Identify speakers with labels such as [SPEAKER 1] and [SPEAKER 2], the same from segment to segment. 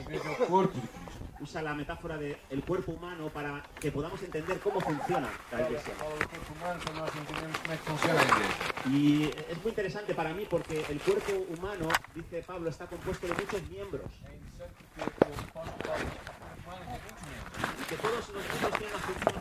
[SPEAKER 1] igreja é o corpo de Cristo.
[SPEAKER 2] Usa la metáfora del cuerpo humano para que podamos entender cómo funciona la
[SPEAKER 1] Fala,
[SPEAKER 2] iglesia.
[SPEAKER 1] fala é do corpo humano para nós entendermos como é que funciona a igreja.
[SPEAKER 2] Y es muy interesante para mí porque el cuerpo humano, dice Pablo, está compuesto de muchos miembros.
[SPEAKER 1] É interessante porque o Paulo fala que o corpo humano tem muitos membros.
[SPEAKER 2] Y que todos los miembros tienen una función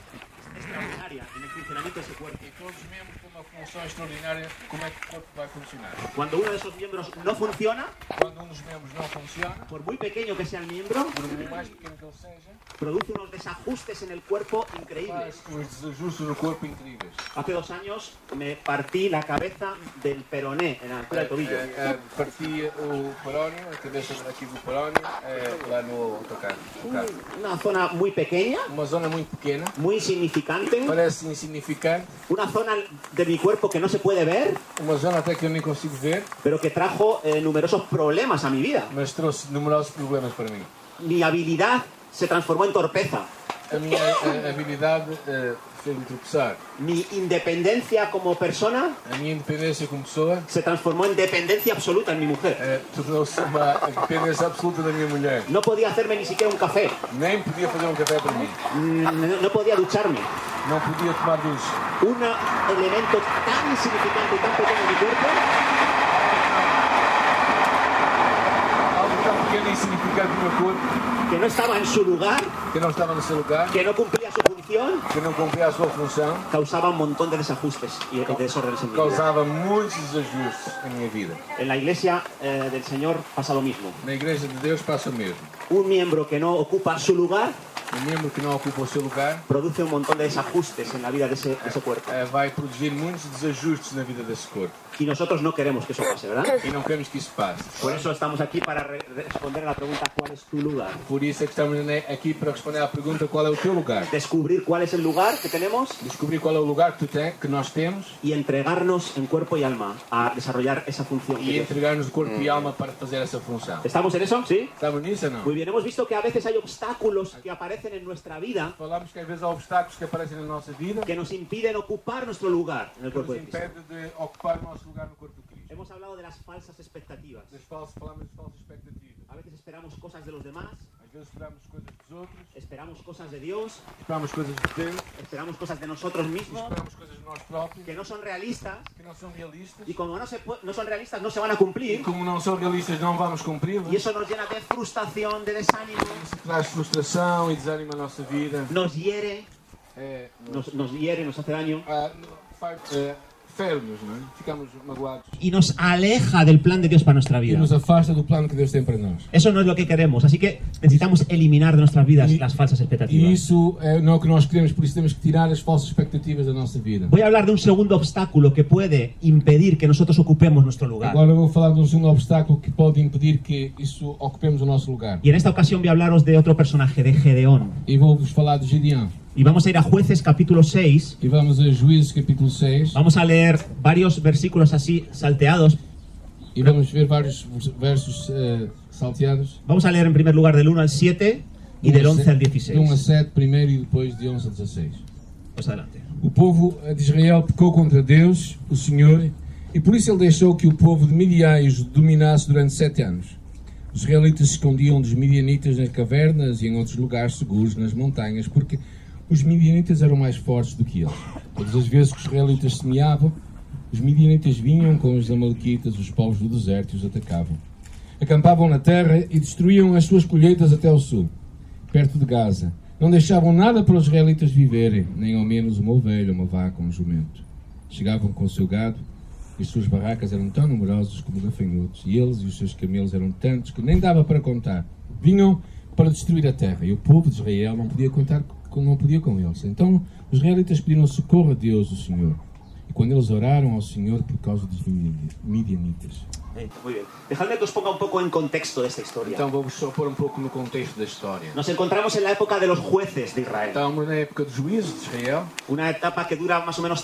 [SPEAKER 2] extraordinaria en el funcionamiento de su cuerpo.
[SPEAKER 1] E todos os membros têm uma função extraordinária como é que o corpo vai funcionar.
[SPEAKER 2] Cuando uno de esos miembros no funciona,
[SPEAKER 1] Quando um dos membros não funciona,
[SPEAKER 2] por muy pequeño que sea el miembro,
[SPEAKER 1] por mais pequeno que ele seja,
[SPEAKER 2] produce unos desajustes en el cuerpo increíbles.
[SPEAKER 1] faz os desajustes no corpo incríveis.
[SPEAKER 2] Hace dos años me partí la cabeza del peroné en la altura del tobillo.
[SPEAKER 1] É, é, partia o parónio, a cabeça aqui do parónio, é, lá no autocarro. autocarro.
[SPEAKER 2] Una zona muy pequeña,
[SPEAKER 1] Uma zona muito pequena,
[SPEAKER 2] muy significante,
[SPEAKER 1] parece insignificante,
[SPEAKER 2] una zona de mi cuerpo que no se puede ver,
[SPEAKER 1] uma zona até que eu nem consigo ver,
[SPEAKER 2] pero que trajo eh, numerosos problemas a mi vida.
[SPEAKER 1] mas trouxe numerosos problemas para mim.
[SPEAKER 2] Mi habilidad se transformó en torpeza.
[SPEAKER 1] A minha eh, habilidade eh, fez-me tropeçar.
[SPEAKER 2] Mi independencia como persona
[SPEAKER 1] A minha independência como pessoa
[SPEAKER 2] se transformou en dependencia absoluta en mi mujer.
[SPEAKER 1] eh, tornou-se uma dependência absoluta da minha mulher.
[SPEAKER 2] No podía hacerme ni siquiera un café,
[SPEAKER 1] Nem podia fazer um café para mim.
[SPEAKER 2] mm, no podía ducharme.
[SPEAKER 1] Não podia tomar duche.
[SPEAKER 2] Un elemento tan insignificante y tan pequeño en mi cuerpo
[SPEAKER 1] Algo tão pequeno e insignificante no meu corpo,
[SPEAKER 2] que no estaba en su lugar,
[SPEAKER 1] que não estava no seu lugar,
[SPEAKER 2] que no cumplía su función,
[SPEAKER 1] que não cumpria a sua função,
[SPEAKER 2] causaba un montón de desajustes y y desórdenes en mi vida.
[SPEAKER 1] causava muitos desajustes na minha vida.
[SPEAKER 2] En la iglesia eh, del Señor pasa lo mismo.
[SPEAKER 1] Na Igreja de Deus passa o mesmo.
[SPEAKER 2] Un miembro que no ocupa su lugar
[SPEAKER 1] Um membro que não ocupa o seu lugar
[SPEAKER 2] produce un montón de desajustes en la vida de ese, de ese cuerpo.
[SPEAKER 1] eh, vai produzir muitos desajustes na vida desse corpo.
[SPEAKER 2] Y nosotros no queremos que eso pase, ¿verdad?
[SPEAKER 1] E não queremos que isso passe.
[SPEAKER 2] Por eso estamos aquí para re- responder a la pregunta ¿cuál es tu lugar?
[SPEAKER 1] Por isso é que estamos né, aqui para responder à pergunta qual é o teu lugar.
[SPEAKER 2] Descubrir cuál es el lugar que tenemos
[SPEAKER 1] Descobrir qual é o lugar que tu tem, que nós temos
[SPEAKER 2] y entregarnos en cuerpo y alma a desarrollar esa función. que
[SPEAKER 1] e
[SPEAKER 2] Dios-
[SPEAKER 1] entregar-nos de corpo e alma para fazer essa função.
[SPEAKER 2] ¿Estamos en eso? Sí.
[SPEAKER 1] Estamos nisso ou não?
[SPEAKER 2] Muy bien, hemos visto que a veces hay obstáculos que aparecen en nuestra vida
[SPEAKER 1] Falámos que às vezes há obstáculos que aparecem na nossa vida
[SPEAKER 2] que é nos impiden ocupar nuestro lugar en el
[SPEAKER 1] que
[SPEAKER 2] cuerpo
[SPEAKER 1] nos
[SPEAKER 2] de Cristo.
[SPEAKER 1] impede de ocupar o nosso lugar no corpo de Cristo.
[SPEAKER 2] Hemos hablado de las falsas expectativas.
[SPEAKER 1] Das falsas, falámos das falsas expectativas.
[SPEAKER 2] A veces esperamos cosas de los demás,
[SPEAKER 1] Às vezes esperamos coisas dos outros,
[SPEAKER 2] esperamos cosas de Dios,
[SPEAKER 1] esperamos coisas de Deus,
[SPEAKER 2] esperamos cosas de nosotros mismos
[SPEAKER 1] esperamos coisas de nós próprios,
[SPEAKER 2] que no son realistas
[SPEAKER 1] que não são realistas.
[SPEAKER 2] y como no, se pu- no son realistas no se van a
[SPEAKER 1] E
[SPEAKER 2] cumplir
[SPEAKER 1] como não são realistas, não vamos cumpri-las.
[SPEAKER 2] y eso nos llena de frustración, de desánimo,
[SPEAKER 1] Isso traz frustração e desânimo à nossa vida.
[SPEAKER 2] nos hiere,
[SPEAKER 1] É,
[SPEAKER 2] nos, nos hiere, nos hace daño
[SPEAKER 1] ah, faz- é, Fere-nos, não é? Ficamos magoados.
[SPEAKER 2] y nos aleja del plan de Dios para nuestra vida.
[SPEAKER 1] afasta do plano que Deus tem para nós.
[SPEAKER 2] Eso no es lo que queremos, así que necesitamos eliminar de nuestras vidas
[SPEAKER 1] Y-
[SPEAKER 2] las falsas expectativas.
[SPEAKER 1] isso é, não é o que nós queremos, por isso temos que tirar as falsas expectativas da nossa vida.
[SPEAKER 2] Voy a hablar de un segundo obstáculo que puede impedir que nosotros ocupemos nuestro lugar.
[SPEAKER 1] eu vou falar de um segundo obstáculo que pode impedir que isso ocupemos o nosso lugar.
[SPEAKER 2] Y en esta ocasión voy a hablaros de otro personaje, de Gedeón.
[SPEAKER 1] E vou-vos falar de Gideão.
[SPEAKER 2] Y vamos a ir a Jueces capítulo 6.
[SPEAKER 1] E vamos a Juízes capítulo 6
[SPEAKER 2] Vamos a leer varios versículos así salteados.
[SPEAKER 1] e vamos ver vários versos eh, salteados.
[SPEAKER 2] Vamos a leer en primer lugar del 1 al 7 y del 11 al 16.
[SPEAKER 1] De 1 a 7 primeiro e depois de 11 a 16.
[SPEAKER 2] Pues adelante.
[SPEAKER 1] O povo de Israel pecou contra Deus, o Senhor, e por isso ele deixou que o povo de Midian os dominasse durante sete anos. Os israelitas se escondiam dos midianitas nas cavernas e em outros lugares seguros nas montanhas, porque os midianitas eram mais fortes do que eles. Todas as vezes que os israelitas semeavam, os midianitas vinham com os amalequitas, os povos do deserto, e os atacavam. Acampavam na terra e destruíam as suas colheitas até ao sul perto de Gaza. Não deixavam nada para os israelitas viverem, nem ao menos uma ovelha, uma vaca, um jumento. Chegavam com o seu gado, e as suas barracas eram tão numerosas como gafanhotos, e eles e os seus camelos eram tantos que nem dava para contar. Vinham para destruir a terra, e o povo de Israel não podia contar com, não podia com eles. Então os israelitas pediram socorro a Deus, o Senhor. E quando eles oraram ao Senhor por causa dos midiani- midianitas.
[SPEAKER 2] Eh, Muy bien. Dejadme que os ponga un poco en contexto de esta historia.
[SPEAKER 1] vamos só pôr um pouco no contexto da história.
[SPEAKER 2] Nos encontramos en la época de los jueces de Israel,
[SPEAKER 1] Estamos na época dos juízes de Israel,
[SPEAKER 2] una etapa que dura más o menos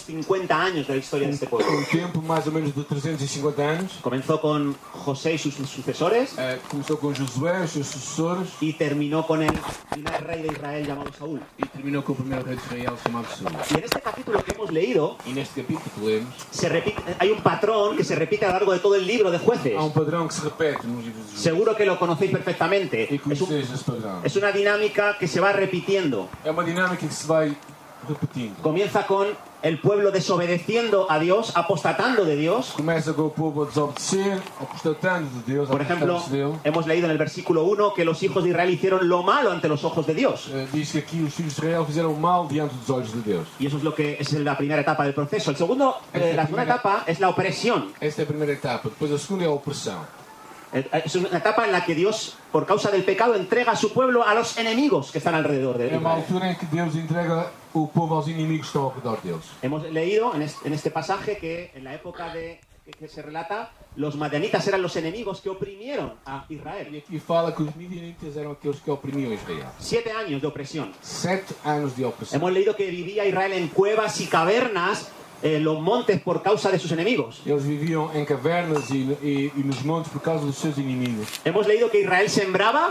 [SPEAKER 2] 350 años de la historia de este pueblo.
[SPEAKER 1] um tempo mais ou menos de 350 anos.
[SPEAKER 2] Comenzó con José y sus sucesores
[SPEAKER 1] eh, começou com Josué, os seus sucessores,
[SPEAKER 2] y terminó con el primer rey de Israel llamado Saúl.
[SPEAKER 1] e terminou com o primeiro rei de Israel chamado Saul.
[SPEAKER 2] Y en este capítulo que hemos leído,
[SPEAKER 1] E neste capítulo lemos
[SPEAKER 2] se repite, hay un patrón que se repite a lo largo de todo el libro de jueces.
[SPEAKER 1] Há um padrão que se repete nos livros de Juízes.
[SPEAKER 2] Seguro que lo conocéis perfectamente.
[SPEAKER 1] E
[SPEAKER 2] Es, un-
[SPEAKER 1] conheceis esse padrão.
[SPEAKER 2] es una dinámica que se va repitiendo.
[SPEAKER 1] É uma dinâmica que se vai repetindo.
[SPEAKER 2] Comienza con el pueblo desobedeciendo a Dios, apostatando de Dios.
[SPEAKER 1] Começa com o povo a desobedecer, apostatando de Deus,
[SPEAKER 2] Por ejemplo,
[SPEAKER 1] apostatando de Deus.
[SPEAKER 2] hemos leído en el versículo 1 que los hijos de Israel hicieron lo malo ante los ojos de Dios.
[SPEAKER 1] Eh, Diz que aqui os filhos de Israel fizeram o mal diante dos olhos de Deus.
[SPEAKER 2] Y eso es lo que es la primera etapa del proceso. El segundo, eh, la segunda etapa es la opresión.
[SPEAKER 1] Esta é a primeira etapa. Depois a segunda é a opressão.
[SPEAKER 2] Eh, Es una etapa en la que Dios, por causa del pecado, entrega a su pueblo a los enemigos que están alrededor de
[SPEAKER 1] É uma
[SPEAKER 2] él.
[SPEAKER 1] altura em que Deus entrega o povo aos inimigos que estão ao redor deles.
[SPEAKER 2] Hemos leído en es- en este, pasaje que en la época de que- que se relata, los madianitas eran los enemigos que oprimieron a
[SPEAKER 1] E
[SPEAKER 2] Israel.
[SPEAKER 1] aqui fala que os midianitas eram aqueles que oprimiam Israel.
[SPEAKER 2] Siete años de opresión.
[SPEAKER 1] Sete anos de opressão.
[SPEAKER 2] Hemos leído que vivía Israel en cuevas y cavernas, en los montes, por causa de sus enemigos.
[SPEAKER 1] Eles viviam em cavernas e, e- e nos montes por causa dos seus inimigos.
[SPEAKER 2] Hemos leído que Israel sembraba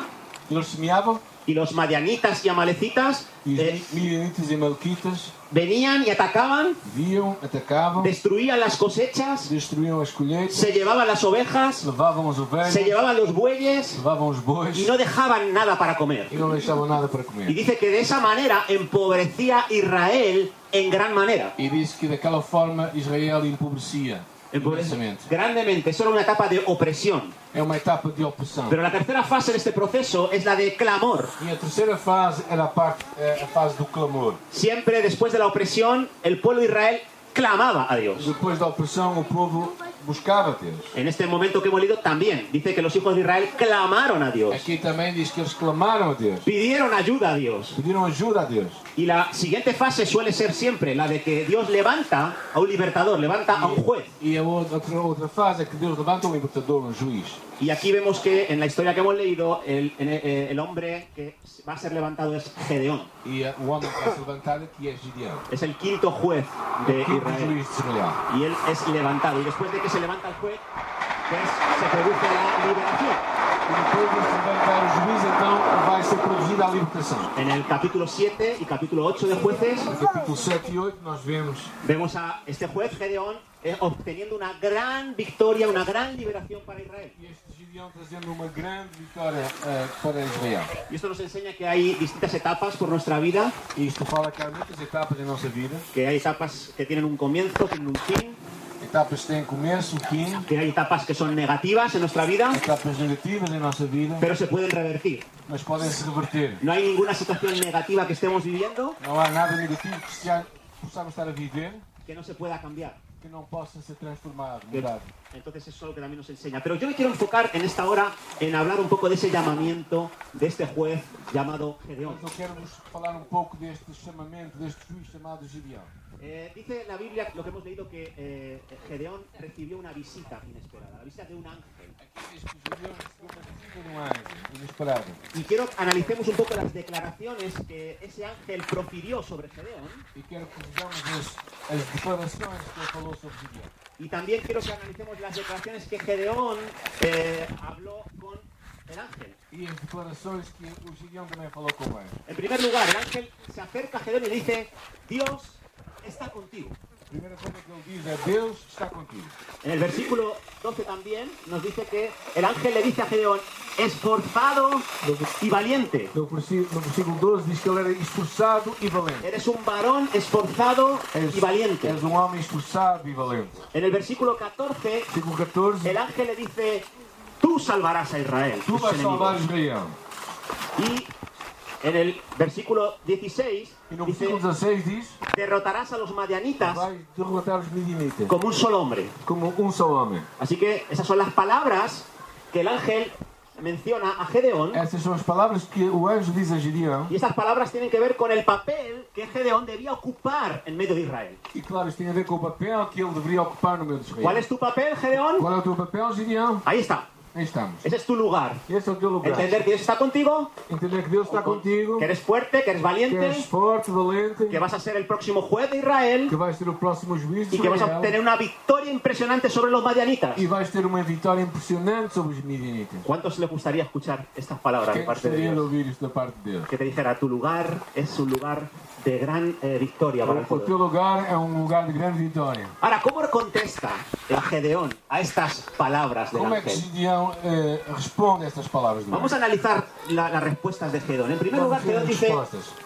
[SPEAKER 1] Eles semeavam
[SPEAKER 2] y los madianitas y amalecitas
[SPEAKER 1] e os
[SPEAKER 2] eh,
[SPEAKER 1] midianitas e malquitas
[SPEAKER 2] venían y atacaban,
[SPEAKER 1] viam, atacavam,
[SPEAKER 2] destruían las cosechas,
[SPEAKER 1] destruíam as colheitas,
[SPEAKER 2] se llevaban las ovejas,
[SPEAKER 1] levavam as
[SPEAKER 2] se
[SPEAKER 1] ovelhas,
[SPEAKER 2] llevaban los bueyes
[SPEAKER 1] levavam os bois
[SPEAKER 2] y no dejaban nada para comer.
[SPEAKER 1] e não deixavam nada para
[SPEAKER 2] Y
[SPEAKER 1] comer.
[SPEAKER 2] dice que de esa manera empobrecía Israel en gran manera.
[SPEAKER 1] E diz que daquela forma Israel empobrecia imensamente.
[SPEAKER 2] Grandemente, eso era una etapa de opresión.
[SPEAKER 1] É uma etapa de opressão.
[SPEAKER 2] Pero la tercera fase de este proceso es la de clamor.
[SPEAKER 1] E a terceira fase era a, parte, eh, a fase do clamor.
[SPEAKER 2] Siempre después de la opresión, el pueblo de Israel clamaba a Dios.
[SPEAKER 1] Depois da opressão, o povo buscava Deus.
[SPEAKER 2] En este momento que hemos leído también dice que los hijos de Israel clamaron a Dios,
[SPEAKER 1] Aqui também diz que eles clamaram a Deus,
[SPEAKER 2] pidieron ayuda a Dios.
[SPEAKER 1] pediram ajuda a Deus.
[SPEAKER 2] Y la siguiente fase suele ser siempre la de que Dios levanta a un libertador, levanta a un juez.
[SPEAKER 1] E a outra, outra- outra fase é que Deus levanta um libertador, um juiz.
[SPEAKER 2] Y aquí vemos que en la historia que hemos leído, el, en- eh, el hombre que va a ser levantado es Gedeón.
[SPEAKER 1] E eh, o homem que vai se levantar aqui é Gideão,
[SPEAKER 2] Es el quinto juez de
[SPEAKER 1] quinto
[SPEAKER 2] Israel.
[SPEAKER 1] juiz de Israel.
[SPEAKER 2] Y él es levantado. Y después de que se levanta el juez, pues se produce la liberación.
[SPEAKER 1] E depois de se levantar o juiz, então vai ser produzida a libertação.
[SPEAKER 2] En el capítulo 7 y capítulo 8 de jueces,
[SPEAKER 1] No capítulo 7 e 8 nós vemos
[SPEAKER 2] vemos a este juez Gedeón eh, obteniendo una gran victoria, una gran liberación para Israel.
[SPEAKER 1] este Gideão trazendo uma grande vitória eh, para Israel.
[SPEAKER 2] Y esto nos enseña que hay distintas etapas por nuestra vida,
[SPEAKER 1] E isto fala que há muitas etapas da nossa vida.
[SPEAKER 2] que hay etapas que tienen un comienzo, tienen un fin,
[SPEAKER 1] Etapas que têm começo, fim,
[SPEAKER 2] que hay etapas que son negativas en nuestra vida,
[SPEAKER 1] etapas negativas da nossa vida,
[SPEAKER 2] pero se pueden revertir.
[SPEAKER 1] mas podem se reverter.
[SPEAKER 2] No hay ninguna situación negativa que estemos viviendo
[SPEAKER 1] Não há nada negativo que se- possamos estar a viver
[SPEAKER 2] que no se pueda cambiar.
[SPEAKER 1] que não possa ser transformado,
[SPEAKER 2] Que-
[SPEAKER 1] mudado.
[SPEAKER 2] Entonces eso es lo que también nos enseña. Pero yo me quiero enfocar en esta hora en hablar un poco de ese llamamiento de este juez llamado Gedeón.
[SPEAKER 1] Mas eu quero-vos falar um pouco deste chamamento, deste juiz chamado Gideão.
[SPEAKER 2] Eh, dice la Biblia, lo que hemos leído, que eh, Gedeón recibió una visita inesperada, la visita de un ángel.
[SPEAKER 1] Aqui diz que Gideão recebeu uma visita de um anjo, inesperado.
[SPEAKER 2] Y quiero que analicemos un poco las declaraciones que ese ángel profirió sobre Gedeón.
[SPEAKER 1] E quero que vejamos as, as declarações que ele falou sobre Gideão.
[SPEAKER 2] Y también quiero que analicemos las declaraciones que Gedeón eh, habló con el ángel.
[SPEAKER 1] E as declarações que o Gideão também falou com o anjo.
[SPEAKER 2] En primer lugar, el ángel se acerca a Gedeón y le dice, Dios está contigo.
[SPEAKER 1] A primeira coisa que ele diz é Deus está contigo.
[SPEAKER 2] En el versículo 12 también nos dice que el ángel le dice a Gedeón, esforzado y valiente.
[SPEAKER 1] No versículo, no versículo 12 diz que ele era esforçado e valente.
[SPEAKER 2] Eres un varón esforzado y valiente.
[SPEAKER 1] és um homem esforçado e valente.
[SPEAKER 2] En el versículo 14,
[SPEAKER 1] Versículo 14
[SPEAKER 2] el ángel le dice, tú salvarás a Israel.
[SPEAKER 1] Tu
[SPEAKER 2] sus
[SPEAKER 1] vais salvar
[SPEAKER 2] enemigos".
[SPEAKER 1] Israel.
[SPEAKER 2] Y en el versículo 16,
[SPEAKER 1] E no
[SPEAKER 2] dice,
[SPEAKER 1] versículo 16 diz:
[SPEAKER 2] derrotarás a los madianitas
[SPEAKER 1] Vais derrotar os midianitas
[SPEAKER 2] como un solo hombre.
[SPEAKER 1] como um só homem.
[SPEAKER 2] Así que esas son las palabras que el ángel menciona a Gedeón.
[SPEAKER 1] Estas são as palavras que o anjo diz a Gideão.
[SPEAKER 2] Y estas palabras tienen que ver con el papel que Gedeón debía ocupar en medio de Israel.
[SPEAKER 1] E claro, isto tem a ver com o papel que ele deveria ocupar no meio de Israel.
[SPEAKER 2] ¿Cuál es tu papel, Gedeón?
[SPEAKER 1] Qual é o teu papel, Gideão?
[SPEAKER 2] Ahí está.
[SPEAKER 1] Aí estamos.
[SPEAKER 2] Ese es tu lugar.
[SPEAKER 1] Este é o teu lugar.
[SPEAKER 2] Entender que Dios está contigo,
[SPEAKER 1] Entender que Deus está contigo,
[SPEAKER 2] que
[SPEAKER 1] que
[SPEAKER 2] eres fuerte, que
[SPEAKER 1] és
[SPEAKER 2] eres valiente,
[SPEAKER 1] forte, valente,
[SPEAKER 2] que vas a ser el próximo juez
[SPEAKER 1] que
[SPEAKER 2] de Israel
[SPEAKER 1] vais ser o próximo juiz de
[SPEAKER 2] y que um- vas a obtener
[SPEAKER 1] Israel
[SPEAKER 2] una victoria impresionante sobre los madianitas.
[SPEAKER 1] e vais ter uma vitória impressionante sobre os midianitas.
[SPEAKER 2] ¿Cuántos les gustaría escuchar estas palabras de
[SPEAKER 1] Quem
[SPEAKER 2] parte de
[SPEAKER 1] gostaria de
[SPEAKER 2] Dios?
[SPEAKER 1] ouvir isto da parte de Deus?
[SPEAKER 2] Que te dijera, tu lugar es un lugar de gran eh, victoria para el
[SPEAKER 1] O teu
[SPEAKER 2] pueblo.
[SPEAKER 1] lugar é um lugar de grande vitória.
[SPEAKER 2] Ahora, ¿cómo contesta eh, Gedeón a estas palabras del
[SPEAKER 1] Como é que
[SPEAKER 2] ángel?
[SPEAKER 1] Gideão eh, responde a estas palavras do
[SPEAKER 2] Vamos a analizar la- las respuestas de Gedeón. En primer lugar, Gedeón dice,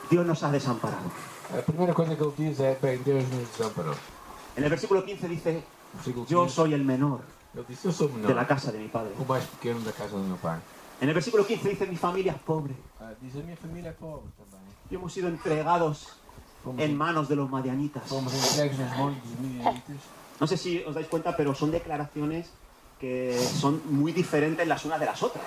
[SPEAKER 2] Dios nos ha desamparado.
[SPEAKER 1] A primeira coisa que ele diz é: Bem, Deus nos desamparou.
[SPEAKER 2] En el versículo 15 dice,
[SPEAKER 1] Versículo
[SPEAKER 2] yo
[SPEAKER 1] 15,
[SPEAKER 2] soy el menor
[SPEAKER 1] Ele disse: Eu sou o
[SPEAKER 2] de la
[SPEAKER 1] menor,
[SPEAKER 2] casa de mi padre.
[SPEAKER 1] o mais pequeno da casa do meu pai.
[SPEAKER 2] En el versículo 15 dice, mi familia es pobre.
[SPEAKER 1] Ah, diz: A minha família é pobre também.
[SPEAKER 2] Y hemos sido entregados
[SPEAKER 1] Fomos,
[SPEAKER 2] en manos de los madianitas.
[SPEAKER 1] fomos entregues nas mãos dos midianitas.
[SPEAKER 2] No sé si os dais cuenta, pero son declaraciones que son muy diferentes las unas de las otras.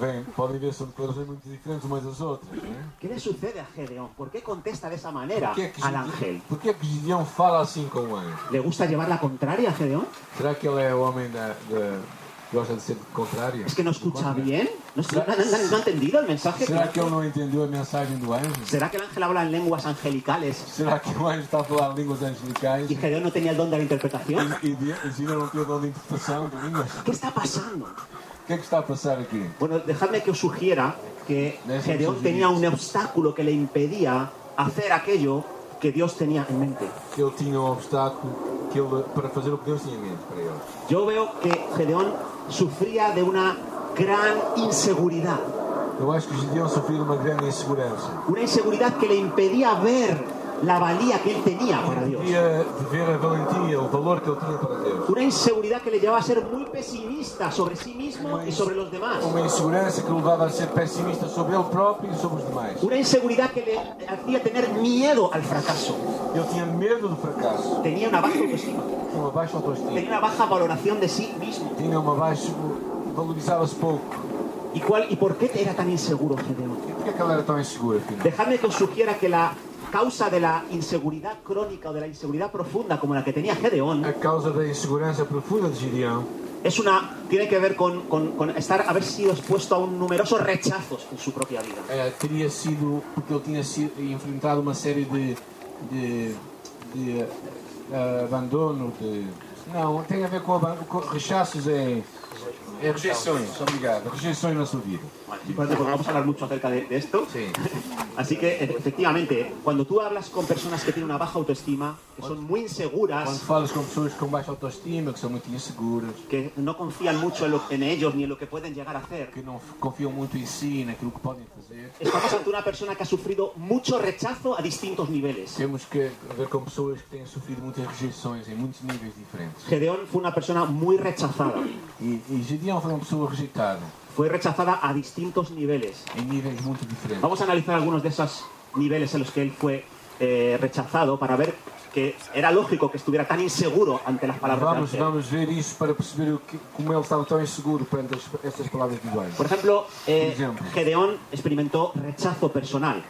[SPEAKER 1] Bem, podem ver, são declarações muito diferentes umas das outras. Né?
[SPEAKER 2] ¿Qué le sucede a Gedeón? ¿Por qué contesta de esa manera
[SPEAKER 1] Porquê é que
[SPEAKER 2] al
[SPEAKER 1] Gideão,
[SPEAKER 2] ángel?
[SPEAKER 1] porquê é que Gideão fala assim com o anjo?
[SPEAKER 2] ¿Le gusta llevar la contraria a Gedeón?
[SPEAKER 1] Será que ele é o homem da. da gosta de ser contrário?
[SPEAKER 2] ¿Es que no escucha
[SPEAKER 1] Contra?
[SPEAKER 2] bien? ¿No, no- no- no- no ha entendido el mensaje?
[SPEAKER 1] Será que ele não entendeu a mensagem do anjo?
[SPEAKER 2] ¿Será que el ángel habla en lenguas angelicales
[SPEAKER 1] Será que o anjo está a falar línguas angelicais
[SPEAKER 2] y
[SPEAKER 1] e,
[SPEAKER 2] Gedeón no tenía el don de la interpretación?
[SPEAKER 1] e, de- e Gideão não tem o dom de interpretação de línguas?
[SPEAKER 2] ¿Qué está pasando?
[SPEAKER 1] O que é que está a passar aqui?
[SPEAKER 2] Bueno, dejadme que os sugiera que Gedeón tenía un obstáculo que le impedía hacer aquello que Dios tenía en mente.
[SPEAKER 1] Que ele tinha um obstáculo que ele, para fazer o que Deus tinha em mente para ele.
[SPEAKER 2] Yo veo que Gedeón sufría de una gran inseguridad,
[SPEAKER 1] Eu acho que Gideão sofreu de uma grande insegurança.
[SPEAKER 2] una inseguridad que le impedía ver la valía que él tenía para Dios,
[SPEAKER 1] Queria de ver a valentia, o valor que ele tinha para Deus.
[SPEAKER 2] una inseguridad que le llevaba a ser muy pesimista sobre sí mismo y sobre los demás,
[SPEAKER 1] Uma insegurança que o levava a ser pessimista sobre ele próprio e sobre os demais.
[SPEAKER 2] una inseguridad que le hacía tener miedo al fracaso,
[SPEAKER 1] Ele tinha medo do fracasso,
[SPEAKER 2] tenía una baja autoestima,
[SPEAKER 1] tinha uma baixa autoestima,
[SPEAKER 2] tenía una baja valoração de sí mismo.
[SPEAKER 1] tinha uma baixa. valorizava-se pouco.
[SPEAKER 2] ¿Y, cuál, ¿Y por qué era tan inseguro Gedeón?
[SPEAKER 1] E porquê é que ele era tão inseguro, afinal?
[SPEAKER 2] Dejadme que os sugiera que la causa de la inseguridad crónica o de la inseguridad profunda como la que tenía Gedeón
[SPEAKER 1] A causa da insegurança profunda de Gideão
[SPEAKER 2] es una, tiene que ver con, con- con estar, haber sido expuesto a un numerosos rechazos en su propia vida.
[SPEAKER 1] eh, teria sido porque ele tinha sido, enfrentado uma série de, de, de, eh, abandono, de... Não, tem a ver com, aban- com rechaços em... É rejeições, obrigado. Rejeições na sua vida.
[SPEAKER 2] Vale, y por tanto, pues vamos a hablar mucho acerca de, de esto.
[SPEAKER 1] Sim.
[SPEAKER 2] Así que, e- efectivamente, cuando tú hablas con personas que tienen una baja autoestima, que son muy
[SPEAKER 1] Quando
[SPEAKER 2] inseguras,
[SPEAKER 1] falas com pessoas com baixa autoestima, que são muito inseguras,
[SPEAKER 2] que no confían mucho en, lo- en ellos ni en lo que pueden llegar a hacer,
[SPEAKER 1] que não f- confiam muito em si, naquilo que podem fazer,
[SPEAKER 2] estamos ante una persona que ha sofrido mucho rechazo a distintos niveles.
[SPEAKER 1] temos que ver com pessoas que têm sofrido muitas rejeições em muitos níveis diferentes.
[SPEAKER 2] Gedeón fue una persona muy rechazada.
[SPEAKER 1] E, e Gideão foi uma pessoa rejeitada,
[SPEAKER 2] fue rechazada a distintos niveles.
[SPEAKER 1] em níveis muito diferentes.
[SPEAKER 2] Vamos a analizar algunos de esos niveles en los que él fue eh, rechazado para ver que era lógico que estuviera tan inseguro ante las palabras
[SPEAKER 1] Ah, Vamos,
[SPEAKER 2] de Ángel.
[SPEAKER 1] vamos ver isso para perceber o que, como ele estava tão inseguro perante as- estas palavras do
[SPEAKER 2] Por
[SPEAKER 1] anjo.
[SPEAKER 2] ejemplo,
[SPEAKER 1] Por
[SPEAKER 2] eh,
[SPEAKER 1] ejemplo.
[SPEAKER 2] Gedeón experimentó rechazo personal.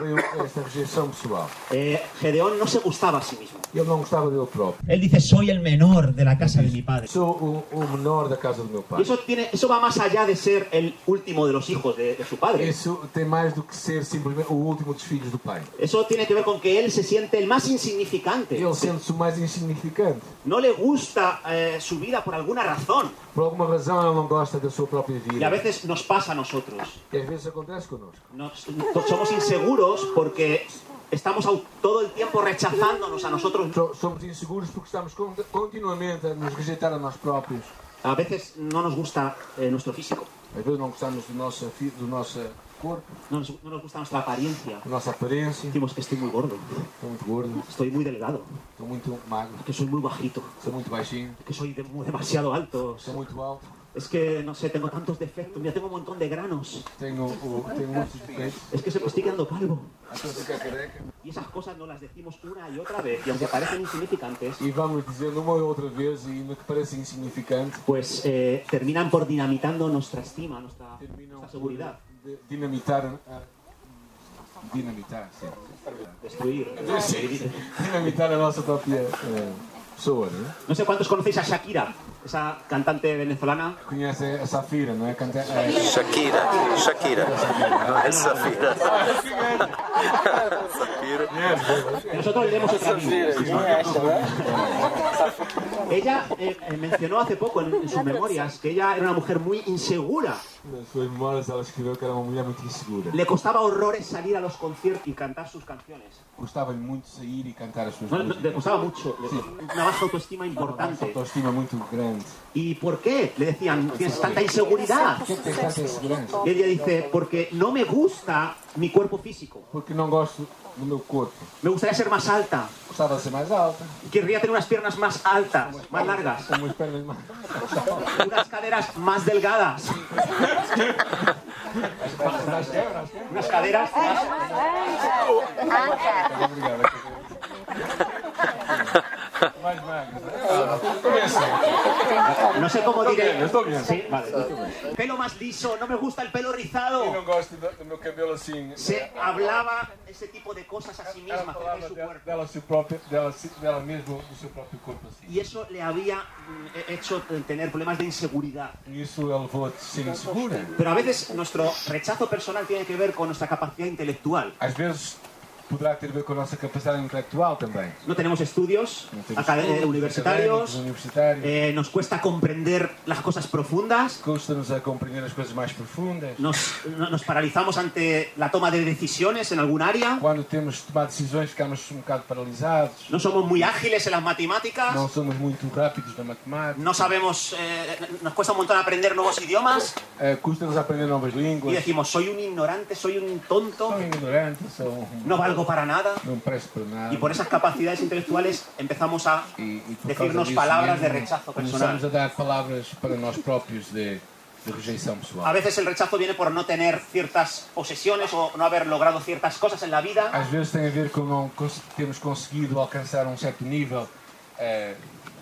[SPEAKER 1] Ele veio esta rejeição pessoal.
[SPEAKER 2] Eh, Gedeón no se gustaba a sí mismo.
[SPEAKER 1] Ele não gostava dele próprio.
[SPEAKER 2] Él dice, soy el menor de la casa de mi padre.
[SPEAKER 1] Sou o, o menor da casa do meu
[SPEAKER 2] Y
[SPEAKER 1] pai.
[SPEAKER 2] eso, tiene, eso va más allá de ser el último de los hijos de, de su padre.
[SPEAKER 1] Isso tem mais do que ser simplesmente o último dos filhos do pai.
[SPEAKER 2] Eso tiene que ver con que él se siente el más insignificante.
[SPEAKER 1] Ele sente-se o mais insignificante.
[SPEAKER 2] No le gusta eh, su vida por alguna razón.
[SPEAKER 1] Por alguma razão ele não gosta da sua própria
[SPEAKER 2] Y a
[SPEAKER 1] vida.
[SPEAKER 2] veces nos pasa a nosotros.
[SPEAKER 1] E às vezes acontece connosco.
[SPEAKER 2] Nos- to- somos inseguros porque estamos au- todo el tiempo rechazándonos a nosotros.
[SPEAKER 1] So- Somos inseguros porque estamos con- continuamente a nos rejeitar a nós próprios.
[SPEAKER 2] A veces no nos gusta eh, nuestro físico,
[SPEAKER 1] Às vezes não gostamos do nosso, fi- do nosso corpo,
[SPEAKER 2] no nos, no nos gusta nuestra apariencia.
[SPEAKER 1] da nossa aparência.
[SPEAKER 2] Decimos que estoy muy gordo,
[SPEAKER 1] Estou muito gordo,
[SPEAKER 2] estoy muy delgado,
[SPEAKER 1] estou muito magro,
[SPEAKER 2] que soy muy bajito,
[SPEAKER 1] sou muito baixinho,
[SPEAKER 2] que soy de- muy demasiado alto.
[SPEAKER 1] sou muito alto,
[SPEAKER 2] Es que, no sé, tengo tantos defectos, ya tengo un montón de granos.
[SPEAKER 1] tenho, o- tenho muitos defeitos,
[SPEAKER 2] Es que se me estoy quedando calvo.
[SPEAKER 1] estou a ficar careca.
[SPEAKER 2] Y esas cosas no las decimos una y otra vez, y aunque parecen insignificantes,
[SPEAKER 1] E vamos dizendo uma ou outra vez, e no que parece insignificante,
[SPEAKER 2] pues eh, terminan por dinamitando nuestra estima, nuestra,
[SPEAKER 1] terminam
[SPEAKER 2] nuestra
[SPEAKER 1] por
[SPEAKER 2] seguridad.
[SPEAKER 1] de- dinamitar. a- Dinamitar, sim.
[SPEAKER 2] Destruir.
[SPEAKER 1] Dinamitar a nossa própria eh, pessoa, não é?
[SPEAKER 2] No sé cuántos conocéis a Shakira, essa cantante venezolana.
[SPEAKER 1] Conhece a Safira, não é? Canta, é
[SPEAKER 3] Shakira, Shakira. Ai, Safira. Safira.
[SPEAKER 2] Nosotros leemos otra Biblia. Ella eh, eh, mencionó hace poco en, en sus memorias que ella era una mujer muy insegura
[SPEAKER 1] Nas suas memórias, ela escreveu que era uma mulher muito insegura.
[SPEAKER 2] Le costaba horrores salir a los conciertos y cantar sus canciones.
[SPEAKER 1] Gostava-lhe muito de sair e cantar as suas
[SPEAKER 2] No, no, le
[SPEAKER 1] músicas.
[SPEAKER 2] costaba mucho. le- una baja autoestima
[SPEAKER 1] Uma
[SPEAKER 2] importante.
[SPEAKER 1] autoestima muito grande.
[SPEAKER 2] ¿Y por qué? Le decían, tienes tanta inseguridad.
[SPEAKER 1] Por que é que tens tanta insegurança?
[SPEAKER 2] Y ella dice, porque no me gusta mi cuerpo físico.
[SPEAKER 1] Porque não gosto do meu corpo.
[SPEAKER 2] Me gustaría ser más alta.
[SPEAKER 1] Gostava de ser mais alta,
[SPEAKER 2] Querría tener unas piernas más altas, más largas.
[SPEAKER 1] com umas pernas mais...
[SPEAKER 2] Unas caderas más delgadas.
[SPEAKER 1] mais quebras, né?
[SPEAKER 2] Unas caderas más...
[SPEAKER 1] Obrigado. Mais magras. Começa.
[SPEAKER 2] No sé cómo diré.
[SPEAKER 1] Estou bem, estou
[SPEAKER 2] Sí, vale. Pelo más liso, no me gusta el pelo
[SPEAKER 1] Eu
[SPEAKER 2] rizado.
[SPEAKER 1] não gosto do, do meu cabelo assim.
[SPEAKER 2] Se hablaba ese tipo de cosas a sí
[SPEAKER 1] Ela
[SPEAKER 2] misma, acerca de
[SPEAKER 1] falava
[SPEAKER 2] su
[SPEAKER 1] dela,
[SPEAKER 2] cuerpo.
[SPEAKER 1] dela, seu próprio, dela, se- dela mesma, do seu próprio corpo assim.
[SPEAKER 2] Y eso le había mm, he- hecho tener problemas de inseguridad.
[SPEAKER 1] E isso ela levou a ser insegura.
[SPEAKER 2] Pero a veces nuestro rechazo personal tiene que ver con nuestra capacidad intelectual.
[SPEAKER 1] Às vezes poderá ter a ver com a nossa capacidade intelectual também.
[SPEAKER 2] No tenemos estudios
[SPEAKER 1] Não temos
[SPEAKER 2] acad- eh,
[SPEAKER 1] estudos académicos,
[SPEAKER 2] universitarios,
[SPEAKER 1] universitários.
[SPEAKER 2] eh, nos cuesta comprender las cosas profundas,
[SPEAKER 1] Custa-nos a compreender as coisas mais profundas.
[SPEAKER 2] nos, no- nos paralizamos ante la toma de decisiones en algún área,
[SPEAKER 1] Quando temos de tomar decisões, ficamos um bocado paralisados.
[SPEAKER 2] no somos muy ágiles en las
[SPEAKER 1] Não
[SPEAKER 2] matemáticas,
[SPEAKER 1] somos muito rápidos na matemática.
[SPEAKER 2] no sabemos, eh, nos cuesta un montón aprender nuevos idiomas
[SPEAKER 1] Eh, Custa-nos aprender novas
[SPEAKER 2] y
[SPEAKER 1] línguas. um
[SPEAKER 2] decimos, soy un ignorante, soy un tonto,
[SPEAKER 1] São ignorantes, são...
[SPEAKER 2] no valgo para nada.
[SPEAKER 1] um- não presto para nada.
[SPEAKER 2] Y por esas capacidades intelectuales empezamos a
[SPEAKER 1] E- e por causa
[SPEAKER 2] decirnos
[SPEAKER 1] disso
[SPEAKER 2] palabras de
[SPEAKER 1] mesmo,
[SPEAKER 2] rechazo
[SPEAKER 1] Começamos a
[SPEAKER 2] personal.
[SPEAKER 1] dar palavras para nós próprios de, de rejeição
[SPEAKER 2] A
[SPEAKER 1] pessoal.
[SPEAKER 2] veces el rechazo viene por no tener ciertas posesiones o no haber logrado ciertas cosas en la vida.
[SPEAKER 1] Às vezes tem a ver com não cons- termos conseguido alcançar um certo nível, eh,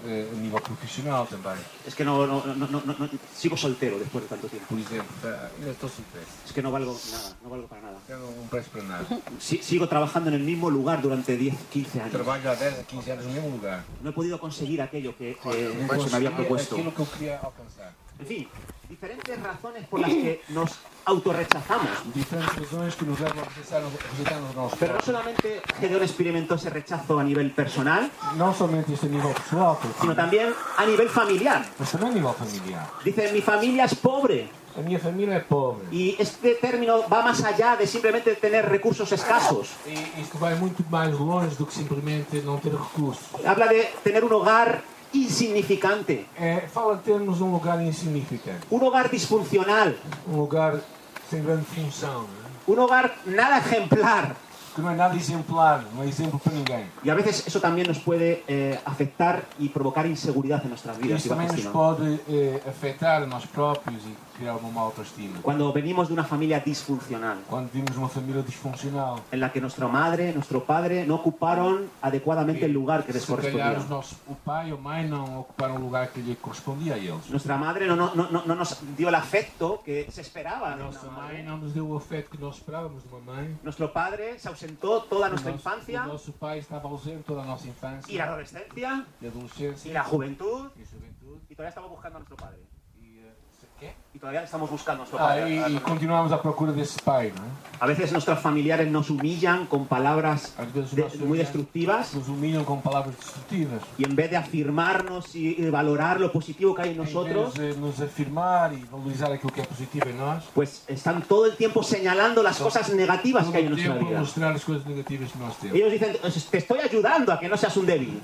[SPEAKER 1] eh, a nível profissional também.
[SPEAKER 2] Es que no, no, no, no- no- sigo soltero después de tanto tiempo.
[SPEAKER 1] Por exemplo, tá, ainda estou surpreso.
[SPEAKER 2] Es que no valgo nada, no valgo para nada.
[SPEAKER 1] Eu não, não presto para nada.
[SPEAKER 2] Si- sigo trabajando en el mismo lugar durante 10, 15 años.
[SPEAKER 1] Trabalho há 10 a 15 anos no mesmo lugar.
[SPEAKER 2] No he podido conseguir aquello que eh,
[SPEAKER 1] Não
[SPEAKER 2] se me
[SPEAKER 1] consegui
[SPEAKER 2] había propuesto.
[SPEAKER 1] aquilo pues, que eu queria alcançar.
[SPEAKER 2] En fin, diferentes razones por las que nos autorrechazamos.
[SPEAKER 1] Diferentes razões que nos levam a rejeitar, rejeitar os nossos
[SPEAKER 2] Pero no
[SPEAKER 1] próprios.
[SPEAKER 2] solamente Gedeón experimentó esse rechazo a nivel personal,
[SPEAKER 1] Não somente este nível pessoal,
[SPEAKER 2] sino también a nivel familiar.
[SPEAKER 1] mas também a nível familiar.
[SPEAKER 2] Dice, mi familia es pobre.
[SPEAKER 1] A minha família é pobre.
[SPEAKER 2] Y este término va más allá de simplemente tener recursos escasos.
[SPEAKER 1] E isto vai muito mais longe do que simplesmente não ter recursos.
[SPEAKER 2] Habla de tener un hogar insignificante,
[SPEAKER 1] É, fala de termos um lugar insignificante,
[SPEAKER 2] un hogar disfuncional,
[SPEAKER 1] um lugar sem grande função, né?
[SPEAKER 2] un hogar nada ejemplar.
[SPEAKER 1] que não é nada exemplar, não é exemplo para ninguém.
[SPEAKER 2] Y a veces eso también nos puede eh, afectar y provocar inseguridad en nuestras vidas.
[SPEAKER 1] Isso
[SPEAKER 2] y
[SPEAKER 1] também
[SPEAKER 2] baja
[SPEAKER 1] nos
[SPEAKER 2] estima.
[SPEAKER 1] pode eh, afetar a nós próprios e criar uma má autoestima.
[SPEAKER 2] Cuando venimos de una familia disfuncional,
[SPEAKER 1] Quando vimos uma família disfuncional,
[SPEAKER 2] en la que nuestra madre, nuestro padre no ocuparon adecuadamente el lugar que les
[SPEAKER 1] se calhar
[SPEAKER 2] correspondía.
[SPEAKER 1] os nossos, o pai ou a mãe não ocuparam o lugar que lhe correspondia a eles.
[SPEAKER 2] Nuestra madre no, no- no- no- no nos dio el afecto que se esperaba. de una
[SPEAKER 1] Nossa mãe
[SPEAKER 2] madre.
[SPEAKER 1] não nos deu o afeto que nós esperávamos de uma mãe.
[SPEAKER 2] Nuestro padre se ausentó toda nuestra
[SPEAKER 1] o nosso,
[SPEAKER 2] infancia
[SPEAKER 1] O nosso pai estava ausente toda a nossa
[SPEAKER 2] y la
[SPEAKER 1] infância
[SPEAKER 2] adolescencia
[SPEAKER 1] e adolescência.
[SPEAKER 2] y la juventud
[SPEAKER 1] e juventude.
[SPEAKER 2] y todavía estamos buscando a nuestro padre.
[SPEAKER 1] E, eh, se- quê?
[SPEAKER 2] Y todavía estamos buscando a nuestro
[SPEAKER 1] Ah,
[SPEAKER 2] padre.
[SPEAKER 1] e, e continuamos à procura desse pai, não é?
[SPEAKER 2] A veces nuestros familiares nos humillan con palabras
[SPEAKER 1] Às vezes
[SPEAKER 2] de-
[SPEAKER 1] nós
[SPEAKER 2] muy destructivas
[SPEAKER 1] nos humilham com palavras destrutivas.
[SPEAKER 2] y en vez de afirmarnos y eh, valorar lo positivo que hay en nosotros,
[SPEAKER 1] Em vez de nos afirmar e valorizar aquilo que é positivo em nós,
[SPEAKER 2] pues están todo el tiempo señalando las cosas negativas
[SPEAKER 1] todo
[SPEAKER 2] que hay en
[SPEAKER 1] o
[SPEAKER 2] nuestra
[SPEAKER 1] tempo a
[SPEAKER 2] vida.
[SPEAKER 1] mostrar as coisas negativas que nós temos.
[SPEAKER 2] Ellos dicen, "Os- te estoy ayudando a que no seas un débil.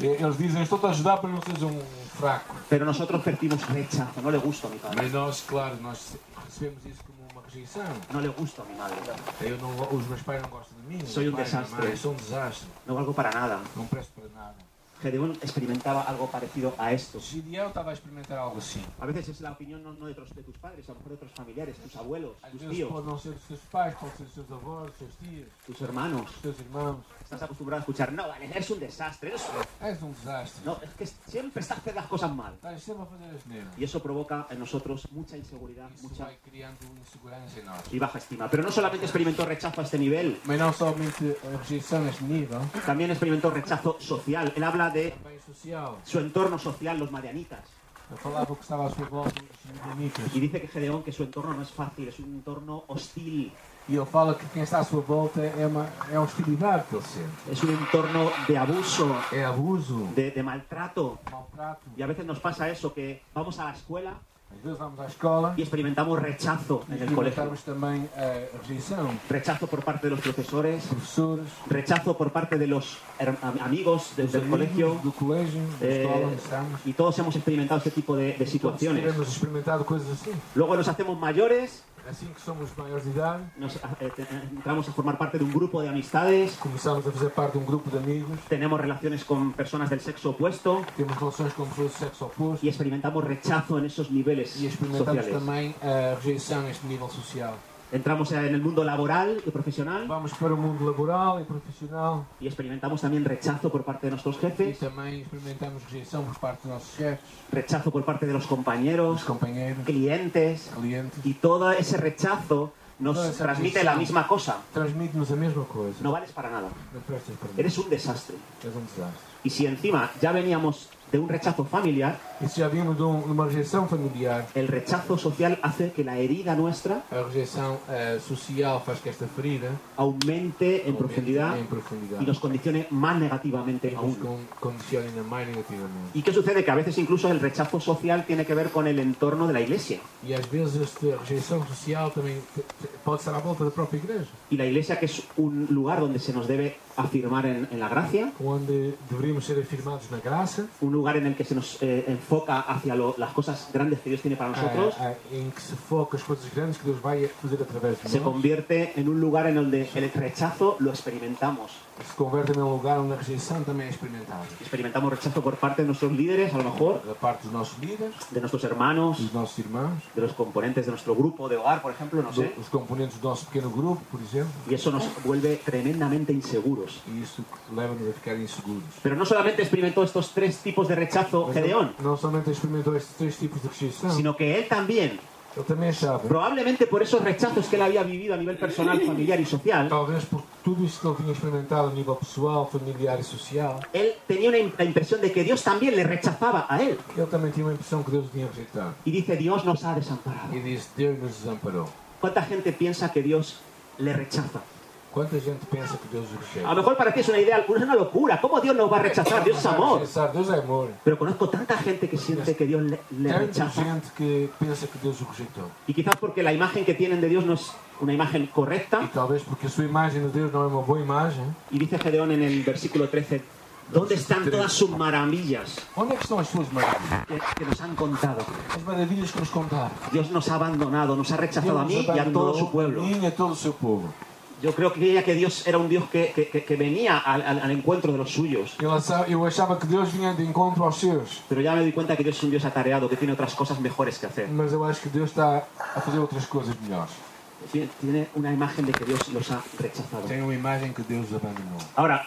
[SPEAKER 1] Eh, Eles dizem, estou-te a ajudar para não seres um fraco.
[SPEAKER 2] Pero nosotros percibimos rechazo, no le gusto a mi padre,
[SPEAKER 1] Mas nós, claro, nós recebemos isso como uma rejeição.
[SPEAKER 2] no le gusto a mi madre,
[SPEAKER 1] Eu não, os meus pais não gostam de mim. os
[SPEAKER 2] Sou
[SPEAKER 1] meus
[SPEAKER 2] um
[SPEAKER 1] pais, minha
[SPEAKER 2] desastre.
[SPEAKER 1] mãe, Sou um desastre.
[SPEAKER 2] no valgo para nada.
[SPEAKER 1] Não presto para nada.
[SPEAKER 2] Gedeón experimentaba algo parecido a esto.
[SPEAKER 1] Gideão estava a experimentar algo assim.
[SPEAKER 2] A veces es la opinión no, no de, otros- de tus padres, a lo mejor de otros familiares, tus abuelos,
[SPEAKER 1] Às
[SPEAKER 2] tus
[SPEAKER 1] vezes
[SPEAKER 2] tíos,
[SPEAKER 1] pode não ser dos seus pais, pode ser dos seus avós, dos seus tios,
[SPEAKER 2] tus hermanos.
[SPEAKER 1] dos seus irmãos.
[SPEAKER 2] Estás acostumbrado a escuchar, no, vale, eres un desastre, eres un-".
[SPEAKER 1] És um desastre. Tá,
[SPEAKER 2] No, es que siempre estás haciendo las cosas mal.
[SPEAKER 1] Estás sempre a fazer as neiras.
[SPEAKER 2] Y eso provoca en nosotros mucha inseguridad,
[SPEAKER 1] Isso
[SPEAKER 2] mucha
[SPEAKER 1] vai criando insegurança em nós.
[SPEAKER 2] y baja estima. Pero no solamente experimentó rechazo a este nivel,
[SPEAKER 1] Mas não somente a rejeição neste nível,
[SPEAKER 2] también experimentó rechazo social. Él habla de
[SPEAKER 1] também social.
[SPEAKER 2] su entorno social, los madianitas.
[SPEAKER 1] Eu falava o que estava à sua volta dos midianitas.
[SPEAKER 2] Y dice que Gedeón que su entorno no es fácil, es un entorno hostil,
[SPEAKER 1] E ele fala que quem está à sua volta é uma é hostilidade que ele sente.
[SPEAKER 2] es un entorno de abuso,
[SPEAKER 1] É abuso,
[SPEAKER 2] de, de maltrato.
[SPEAKER 1] maltrato.
[SPEAKER 2] Y a veces nos pasa eso, que vamos a la escuela
[SPEAKER 1] Às vezes vamos à escola
[SPEAKER 2] y experimentamos rechazo
[SPEAKER 1] e
[SPEAKER 2] en el colegio.
[SPEAKER 1] experimentamos também a rejeição.
[SPEAKER 2] Rechazo por parte de los profesores,
[SPEAKER 1] Professores,
[SPEAKER 2] rechazo por parte de los her- am- amigos de-
[SPEAKER 1] dos
[SPEAKER 2] del
[SPEAKER 1] amigos,
[SPEAKER 2] colegio.
[SPEAKER 1] do colégio, da
[SPEAKER 2] eh,
[SPEAKER 1] escola, onde estamos.
[SPEAKER 2] y todos hemos experimentado este tipo de, de
[SPEAKER 1] Todos
[SPEAKER 2] situaciones.
[SPEAKER 1] tivemos experimentado coisas assim.
[SPEAKER 2] Luego nos hacemos mayores,
[SPEAKER 1] Assim que somos maiores de idade,
[SPEAKER 2] nos, eh, te- entramos a formar parte de un grupo de amistades,
[SPEAKER 1] começamos a fazer parte de um grupo de amigos,
[SPEAKER 2] tenemos relaciones con personas del sexo opuesto
[SPEAKER 1] temos relações com pessoas do sexo oposto
[SPEAKER 2] y experimentamos rechazo en esos niveles
[SPEAKER 1] e experimentamos
[SPEAKER 2] sociales.
[SPEAKER 1] também a rejeição neste nível social.
[SPEAKER 2] Entramos en el mundo laboral y profesional
[SPEAKER 1] Vamos para o mundo laboral e profissional
[SPEAKER 2] y experimentamos también rechazo por parte de nuestros
[SPEAKER 1] e
[SPEAKER 2] jefes,
[SPEAKER 1] também experimentamos rejeição por parte dos nossos chefes,
[SPEAKER 2] rechazo por parte de los
[SPEAKER 1] dos
[SPEAKER 2] compañeros,
[SPEAKER 1] companheiros,
[SPEAKER 2] clientes
[SPEAKER 1] clientes.
[SPEAKER 2] y todo ese
[SPEAKER 1] Toda
[SPEAKER 2] rechazo nos
[SPEAKER 1] esa
[SPEAKER 2] transmite
[SPEAKER 1] rejeição.
[SPEAKER 2] la misma cosa.
[SPEAKER 1] Transmite-nos a mesma coisa.
[SPEAKER 2] No vales para nada.
[SPEAKER 1] Não prestas para mim.
[SPEAKER 2] Eres un desastre.
[SPEAKER 1] És um desastre.
[SPEAKER 2] Y si encima já veníamos de un rechazo familiar,
[SPEAKER 1] E se já vimos de, um, de uma rejeição familiar,
[SPEAKER 2] el rechazo social hace que la herida nuestra
[SPEAKER 1] a rejeição eh, social faz que esta ferida
[SPEAKER 2] aumente en profundidad
[SPEAKER 1] em
[SPEAKER 2] y
[SPEAKER 1] profundidade
[SPEAKER 2] nos condicione más negativamente
[SPEAKER 1] e nos
[SPEAKER 2] aún.
[SPEAKER 1] con- condiciona ainda mais negativamente.
[SPEAKER 2] ¿Y qué sucede? Que a veces incluso el rechazo social tiene que ver con el entorno de la iglesia.
[SPEAKER 1] E às vezes esta rejeição social também te- te- pode estar à volta da própria igreja,
[SPEAKER 2] Y la iglesia que es un lugar donde se nos debe afirmar en, en la gracia,
[SPEAKER 1] onde deveríamos ser afirmados na graça,
[SPEAKER 2] un lugar en el que se nos eh, enfoca hacia lo- las cosas grandes que Dios tiene para nosotros,
[SPEAKER 1] ah, ah, em que se foca as coisas grandes que Deus vai fazer através de
[SPEAKER 2] se
[SPEAKER 1] nós,
[SPEAKER 2] convierte en un lugar en donde el rechazo lo experimentamos.
[SPEAKER 1] se converte num lugar onde a rejeição também é experimentada.
[SPEAKER 2] Experimentamos rechazo por parte de nuestros líderes, a lo mejor,
[SPEAKER 1] Da parte dos nossos líderes,
[SPEAKER 2] de nuestros hermanos,
[SPEAKER 1] dos nossos irmãos,
[SPEAKER 2] de los componentes de nuestro grupo de hogar, por ejemplo, no sé.
[SPEAKER 1] do- dos componentes do nosso pequeno grupo, por exemplo,
[SPEAKER 2] Y eso nos vuelve tremendamente inseguros.
[SPEAKER 1] e isso leva-nos a ficar inseguros.
[SPEAKER 2] Pero no solamente experimentó estos tres tipos de rechazo
[SPEAKER 1] Mas
[SPEAKER 2] Gedeón,
[SPEAKER 1] ele Não somente experimentou estes três tipos de rejeição,
[SPEAKER 2] sino que él también,
[SPEAKER 1] ele também achava,
[SPEAKER 2] probablemente por esos rechazos que él había vivido a nivel personal, familiar y social,
[SPEAKER 1] talvez por tudo isto que ele tinha experimentado a nível pessoal, familiar e social,
[SPEAKER 2] él tenía una im- la impresión de que Dios también le rechazaba a él.
[SPEAKER 1] ele também tinha uma impressão que Deus o tinha rejeitado.
[SPEAKER 2] Y dice, Dios nos ha desamparado.
[SPEAKER 1] E disse, Deus nos desamparou.
[SPEAKER 2] ¿Cuánta gente piensa que Dios le rechaza?
[SPEAKER 1] Quanta gente pensa que Deus o
[SPEAKER 2] A lo
[SPEAKER 1] rejeita?
[SPEAKER 2] mejor para ti es una idea, es una locura. ¿Cómo Dios Ah, nos va a rechazar? Dios es amor.
[SPEAKER 1] Pensar, Deus é amor.
[SPEAKER 2] Pero conozco tanta gente que siente que Deos le, le
[SPEAKER 1] Tanta
[SPEAKER 2] rechaza.
[SPEAKER 1] gente que pensa que Deus o rejeitou.
[SPEAKER 2] Y quizás porque la imagen que tienen de Dios no es una imagen
[SPEAKER 1] E
[SPEAKER 2] correcta.
[SPEAKER 1] talvez porque a sua imagem de Deus não é uma boa imagem.
[SPEAKER 2] Y dice Gedeón en el versículo 13, ¿dónde están todas sus maravillas
[SPEAKER 1] Onde é que estão as suas maravilhas?
[SPEAKER 2] que, que nos han contado?
[SPEAKER 1] As maravilhas que nos contaram.
[SPEAKER 2] Dios nos ha abandonado, nos ha rechazado a
[SPEAKER 1] Deus
[SPEAKER 2] mí y a
[SPEAKER 1] abandonou
[SPEAKER 2] todo su pueblo.
[SPEAKER 1] a mim e a todo o seu povo.
[SPEAKER 2] Yo creo que creía que Dios era un Dios que, que- que- que venía al, al- al encuentro de los suyos.
[SPEAKER 1] Eu achava, eu achava que Deus vinha de encontro aos seus,
[SPEAKER 2] Pero ya me doy cuenta que Dios es un Dios atareado, que tiene otras cosas mejores que hacer.
[SPEAKER 1] mas eu acho que Deus está a fazer outras coisas melhores.
[SPEAKER 2] Tiene- Tiene una imagen de que Dios los ha rechazado.
[SPEAKER 1] Tem uma imagem que Deus abandonou.
[SPEAKER 2] Ahora,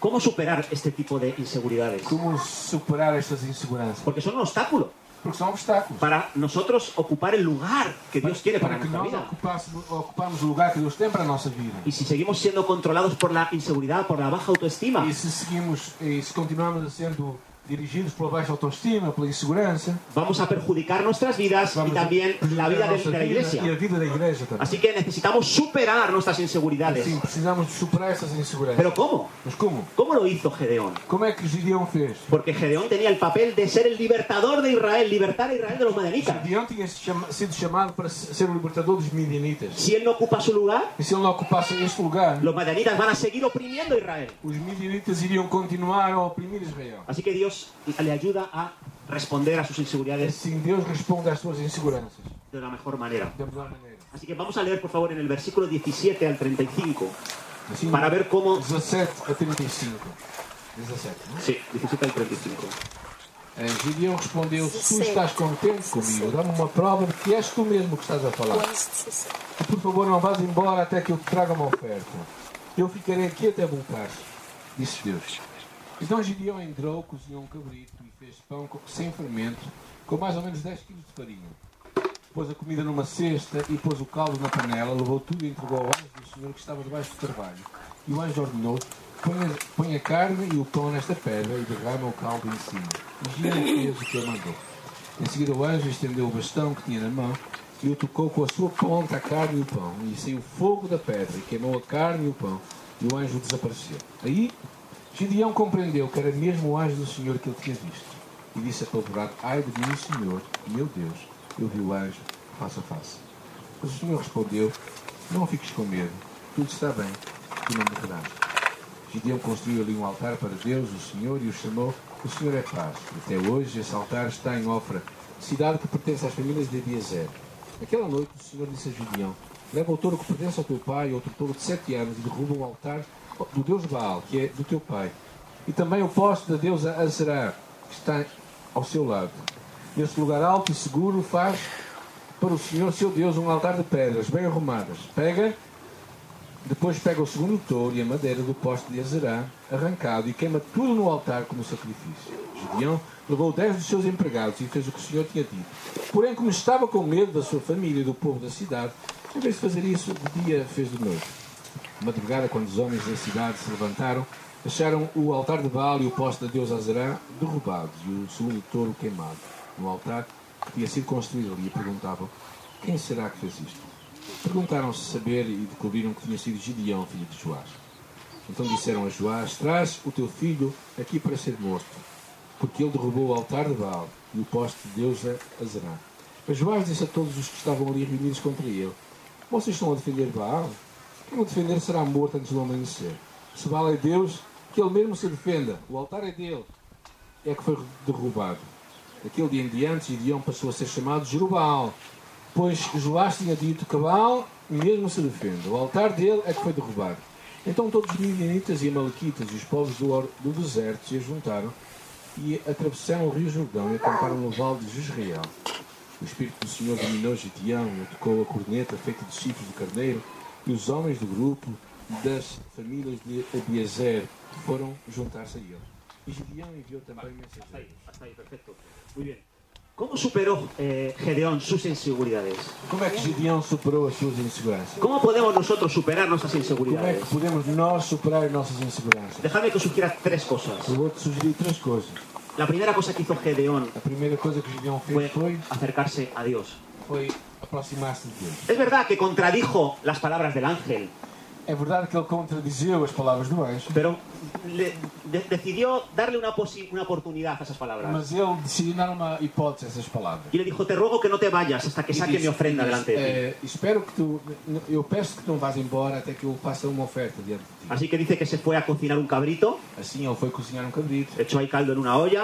[SPEAKER 2] ¿cómo superar este tipo de inseguridades?
[SPEAKER 1] Como superar estas inseguranças?
[SPEAKER 2] Porque son un obstáculo.
[SPEAKER 1] Porque são obstáculos.
[SPEAKER 2] para nosotros ocupar el lugar que Dios quiere para
[SPEAKER 1] Para que
[SPEAKER 2] nuestra
[SPEAKER 1] nós
[SPEAKER 2] vida.
[SPEAKER 1] ocupássemos- ocupamos o lugar que Deus tem para a nossa vida.
[SPEAKER 2] Y si seguimos siendo controlados por la inseguridad, por la baja autoestima,
[SPEAKER 1] E se seguimos, e se continuarmos sendo dirigidos pela baixa autoestima, pela insegurança,
[SPEAKER 2] vamos a perjudicar nuestras vidas y
[SPEAKER 1] vamos
[SPEAKER 2] también la
[SPEAKER 1] prejudicar
[SPEAKER 2] vida Assim
[SPEAKER 1] a
[SPEAKER 2] de,
[SPEAKER 1] nossa
[SPEAKER 2] de la
[SPEAKER 1] vida E a
[SPEAKER 2] iglesia.
[SPEAKER 1] vida da igreja também.
[SPEAKER 2] Así que necesitamos superar nuestras inseguridades.
[SPEAKER 1] Sim, precisamos de superar essas inseguranças.
[SPEAKER 2] é. Pero ¿cómo?
[SPEAKER 1] Mas como?
[SPEAKER 2] ¿Cómo lo hizo Gedeón?
[SPEAKER 1] Como é que Gideão fez?
[SPEAKER 2] Porque Gedeón tenía el papel de ser el libertador de Israel, libertar a Israel de los madianitas.
[SPEAKER 1] Gideão tinha se chama- sido chamado para se- ser o libertador dos midianitas.
[SPEAKER 2] Si él no ocupa su lugar,
[SPEAKER 1] E se ele não ocupasse este lugar,
[SPEAKER 2] los madianitas van a seguir oprimiendo a Israel.
[SPEAKER 1] os midianitas iriam continuar a oprimir Israel.
[SPEAKER 2] Así que Dios le ayuda a responder a sus inseguridades
[SPEAKER 1] Assim Deus responde às suas inseguranças,
[SPEAKER 2] de la mejor manera.
[SPEAKER 1] da melhor maneira.
[SPEAKER 2] Así que vamos a leer, por favor, en el versículo 17 al 35,
[SPEAKER 1] Assim,
[SPEAKER 2] para ver cómo...
[SPEAKER 1] 17 a 35. 17, não é?
[SPEAKER 2] Sí, 17 al 35.
[SPEAKER 1] Eh, Gideão respondeu, tu estás contente comigo, dá-me uma prova de que és tu mesmo que estás a falar. E, por favor, não vás embora até que eu te traga uma oferta. Eu ficarei aqui até voltares, disse Deus. Então Gideão entrou, cozinhou um cabrito e fez pão co- sem fermento, com mais ou menos 10 kg de farinha. Pôs a comida numa cesta e pôs o caldo na panela, levou tudo e entregou ao anjo do Senhor que estava debaixo do trabalho. E o anjo ordenou: põe a, põe a carne e o pão nesta pedra e derrama o caldo em cima. E Gideão fez o que ele mandou. Em seguida, o anjo estendeu o bastão que tinha na mão e o tocou com a sua ponta a carne e o pão. E saiu fogo da pedra e queimou a carne e o pão. E o anjo desapareceu. Aí, Gideão compreendeu que era mesmo o anjo do Senhor que ele tinha visto. E disse apavorado: Ai de mim, Senhor, meu Deus, Eu vi o anjo face a face. Mas o Senhor respondeu: Não fiques com medo, tudo está bem, tu não morrerás. Gideão construiu ali um altar para Deus, o Senhor, e o chamou: O Senhor é paz. Até hoje esse altar está em Ofra, cidade que pertence às famílias de Eliezer. Naquela noite o Senhor disse a Gideão: Leva o touro que pertence ao teu pai, outro touro de sete anos, e derruba o altar do Deus Baal, que é do teu pai. E também o poste da deusa Azerá, que está ao seu lado. Nesse lugar alto e seguro faz para o Senhor seu Deus um altar de pedras bem arrumadas. Pega depois pega o segundo touro e a madeira do poste de Azerá, arrancado, e queima tudo no altar como sacrifício. Gideão levou dez dos seus empregados e fez o que o Senhor tinha dito. Porém, como estava com medo da sua família e do povo da cidade, em vez de fazer isso, de dia fez de noite. De madrugada, quando os homens da cidade se levantaram, acharam o altar de Baal e o poste da deusa Azerá derrubados e o segundo touro queimado no altar que tinha sido construído ali e perguntavam quem será que fez isto? Perguntaram-se saber e descobriram que tinha sido Gideão, filho de Joás. Então disseram a Joás: Traz o teu filho aqui para ser morto, porque ele derrubou o altar de Baal e o poste de Deus a Azerá. Mas Joás disse a todos os que estavam ali reunidos contra ele: Vocês estão a defender Baal? Quem o defender será morto antes do amanhecer. Se Baal é Deus, que ele mesmo se defenda. O altar é dele. É que foi derrubado. Daquele dia em diante, Gideão passou a ser chamado Jerubal, pois Joás tinha dito que Baal mesmo se defende. O altar dele é que foi derrubado. Então todos os midianitas e amalequitas e os povos do, or- do deserto se juntaram e atravessaram o rio Jordão e acamparam no vale de Jezreel. O Espírito do Senhor dominou Gideão, ele tocou a corneta feita de chifres de carneiro e os homens do grupo das famílias de Abiezer foram juntar-se a ele. E Gideão enviou também
[SPEAKER 2] Hasta
[SPEAKER 1] mensageiros.
[SPEAKER 2] ahí, hasta ahí, perfecto. Muy bien. ¿Cómo superó eh, Gedeón sus inseguridades?
[SPEAKER 1] Como é que Gideão superou as suas inseguranças?
[SPEAKER 2] ¿Cómo podemos nosotros superar nuestras
[SPEAKER 1] Como é que
[SPEAKER 2] inseguridades?
[SPEAKER 1] podemos nós superar as nossas inseguranças?
[SPEAKER 2] Dejadme que os sugiera tres cosas.
[SPEAKER 1] Eu vou-te sugerir três coisas.
[SPEAKER 2] La primera cosa que hizo Gedeón
[SPEAKER 1] A primeira coisa que Gideão
[SPEAKER 2] fue
[SPEAKER 1] fez foi,
[SPEAKER 2] acercarse a Dios.
[SPEAKER 1] foi aproximar-se de Deus.
[SPEAKER 2] Es verdad que contradijo las palabras del ángel,
[SPEAKER 1] É verdade que ele contradizeu as palavras do anjo,
[SPEAKER 2] pero le- de- decidió darle una, posi- una oportunidad a esas palabras.
[SPEAKER 1] mas ele decidiu dar uma hipótese a essas palavras.
[SPEAKER 2] Y le dijo, te ruego que no te vayas hasta que
[SPEAKER 1] E
[SPEAKER 2] saque
[SPEAKER 1] disse-
[SPEAKER 2] mi ofrenda
[SPEAKER 1] e disse,
[SPEAKER 2] delante de ti.
[SPEAKER 1] "Eh, espero que tu. Eu peço que tu não vás embora até que eu faça uma oferta diante de ti.
[SPEAKER 2] Así que dice que se fue a cocinar un cabrito,
[SPEAKER 1] Assim ele foi cozinhar um cabrito
[SPEAKER 2] echó ahí caldo en una olla,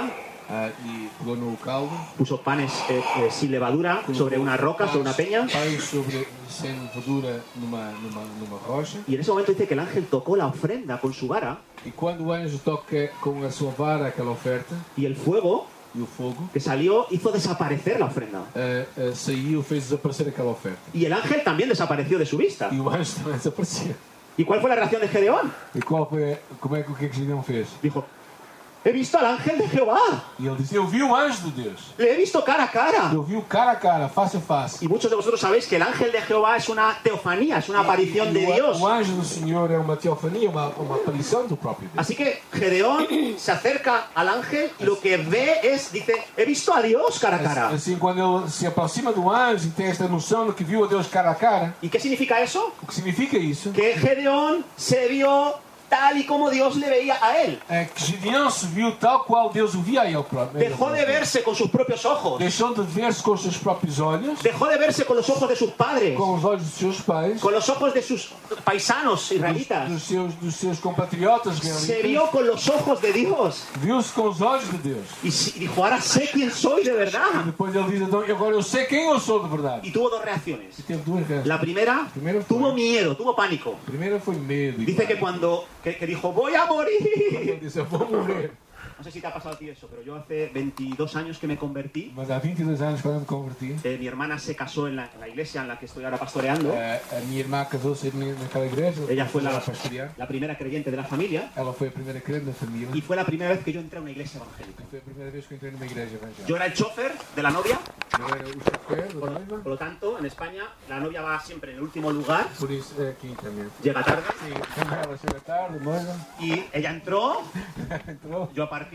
[SPEAKER 1] ah, e pegou no caldo.
[SPEAKER 2] puso panes eh, eh, sin levadura sobre una roca, sobre una peña.
[SPEAKER 1] Pai sobre sem levedura numa, numa, numa rocha.
[SPEAKER 2] Y en ese momento dice que el ángel tocó la ofrenda con su vara
[SPEAKER 1] E quando o anjo toca com a sua vara aquela oferta
[SPEAKER 2] y el fuego
[SPEAKER 1] e o fogo,
[SPEAKER 2] que salió hizo desaparecer la ofrenda.
[SPEAKER 1] ah, ah, saiu, fez desaparecer aquela oferta.
[SPEAKER 2] Y el ángel también desapareció de su vista.
[SPEAKER 1] E o anjo também desapareceu.
[SPEAKER 2] ¿Y cuál fue la reacción de Gedeón?
[SPEAKER 1] E qual foi, a- como é que o que é que Gideão fez?
[SPEAKER 2] Dijo, he visto al ángel de Jehová,
[SPEAKER 1] E ele disse: Eu vi o anjo de Deus.
[SPEAKER 2] le he visto cara a cara.
[SPEAKER 1] Eu vi o cara a cara, face a face.
[SPEAKER 2] Y muchos de vosotros sabéis que el ángel de Jehová es una teofanía, es una aparición de
[SPEAKER 1] o,
[SPEAKER 2] Dios.
[SPEAKER 1] O anjo do Senhor é uma teofania, uma, uma aparição do próprio Deus.
[SPEAKER 2] Así que Gedeón se acerca al ángel y lo que ve es, dice, he visto a Dios cara a cara.
[SPEAKER 1] Assim, quando ele se aproxima do anjo e tem esta noção de que viu a Deus cara a cara,
[SPEAKER 2] ¿Y qué significa eso?
[SPEAKER 1] o que significa isso?
[SPEAKER 2] Que Gedeón se vio tal y como Dios le veía a él.
[SPEAKER 1] É que Gideão se viu tal qual Deus o via a ele próprio.
[SPEAKER 2] Dejó de verse con sus propios ojos.
[SPEAKER 1] Deixou de ver-se com os seus próprios olhos,
[SPEAKER 2] Dejó de verse con los ojos de sus padres,
[SPEAKER 1] com os olhos dos seus pais,
[SPEAKER 2] con los ojos de sus paisanos
[SPEAKER 1] dos,
[SPEAKER 2] israelitas.
[SPEAKER 1] dos seus, dos seus compatriotas
[SPEAKER 2] Se
[SPEAKER 1] realistas.
[SPEAKER 2] vio con los ojos de Dios
[SPEAKER 1] Viu-se com os olhos de Deus.
[SPEAKER 2] y si- dijo, ahora sé quién soy de
[SPEAKER 1] E
[SPEAKER 2] verdad.
[SPEAKER 1] depois ele diz, então, agora eu sei quem eu sou de verdade.
[SPEAKER 2] Y tuvo dos reacciones.
[SPEAKER 1] Teve duas reações.
[SPEAKER 2] La primera,
[SPEAKER 1] Primero fue-
[SPEAKER 2] tuvo miedo, tuvo pánico.
[SPEAKER 1] A primeira foi medo.
[SPEAKER 2] Dice que cuando que, que dijo, voy a morir.
[SPEAKER 1] Ele disse, eu vou morrer.
[SPEAKER 2] No sé si te ha pasado a ti eso, pero yo hace 22 años que me convertí.
[SPEAKER 1] Mas há 22 anos, quando me converti,
[SPEAKER 2] eh, mi hermana se casó en la, en la iglesia en la que estoy ahora pastoreando.
[SPEAKER 1] eh, a minha irmã casou-se na- naquela igreja.
[SPEAKER 2] Ella fue
[SPEAKER 1] ela
[SPEAKER 2] la,
[SPEAKER 1] pastorear.
[SPEAKER 2] la primera creyente de la familia
[SPEAKER 1] Ela foi a primeira crente da família.
[SPEAKER 2] y fue la primera vez que yo entré a una iglesia evangélica.
[SPEAKER 1] Foi a primeira vez que eu entrei numa igreja evangélica.
[SPEAKER 2] Yo era el chofer de la novia,
[SPEAKER 1] Eu era o chapéu da
[SPEAKER 2] por,
[SPEAKER 1] noiva.
[SPEAKER 2] por lo tanto, en España la novia va siempre en el último lugar,
[SPEAKER 1] Por isso é aqui também.
[SPEAKER 2] llega tarde
[SPEAKER 1] Sim, então ela chega tarde, noiva.
[SPEAKER 2] y ella entrou,
[SPEAKER 1] Entrou.
[SPEAKER 2] yo aparqué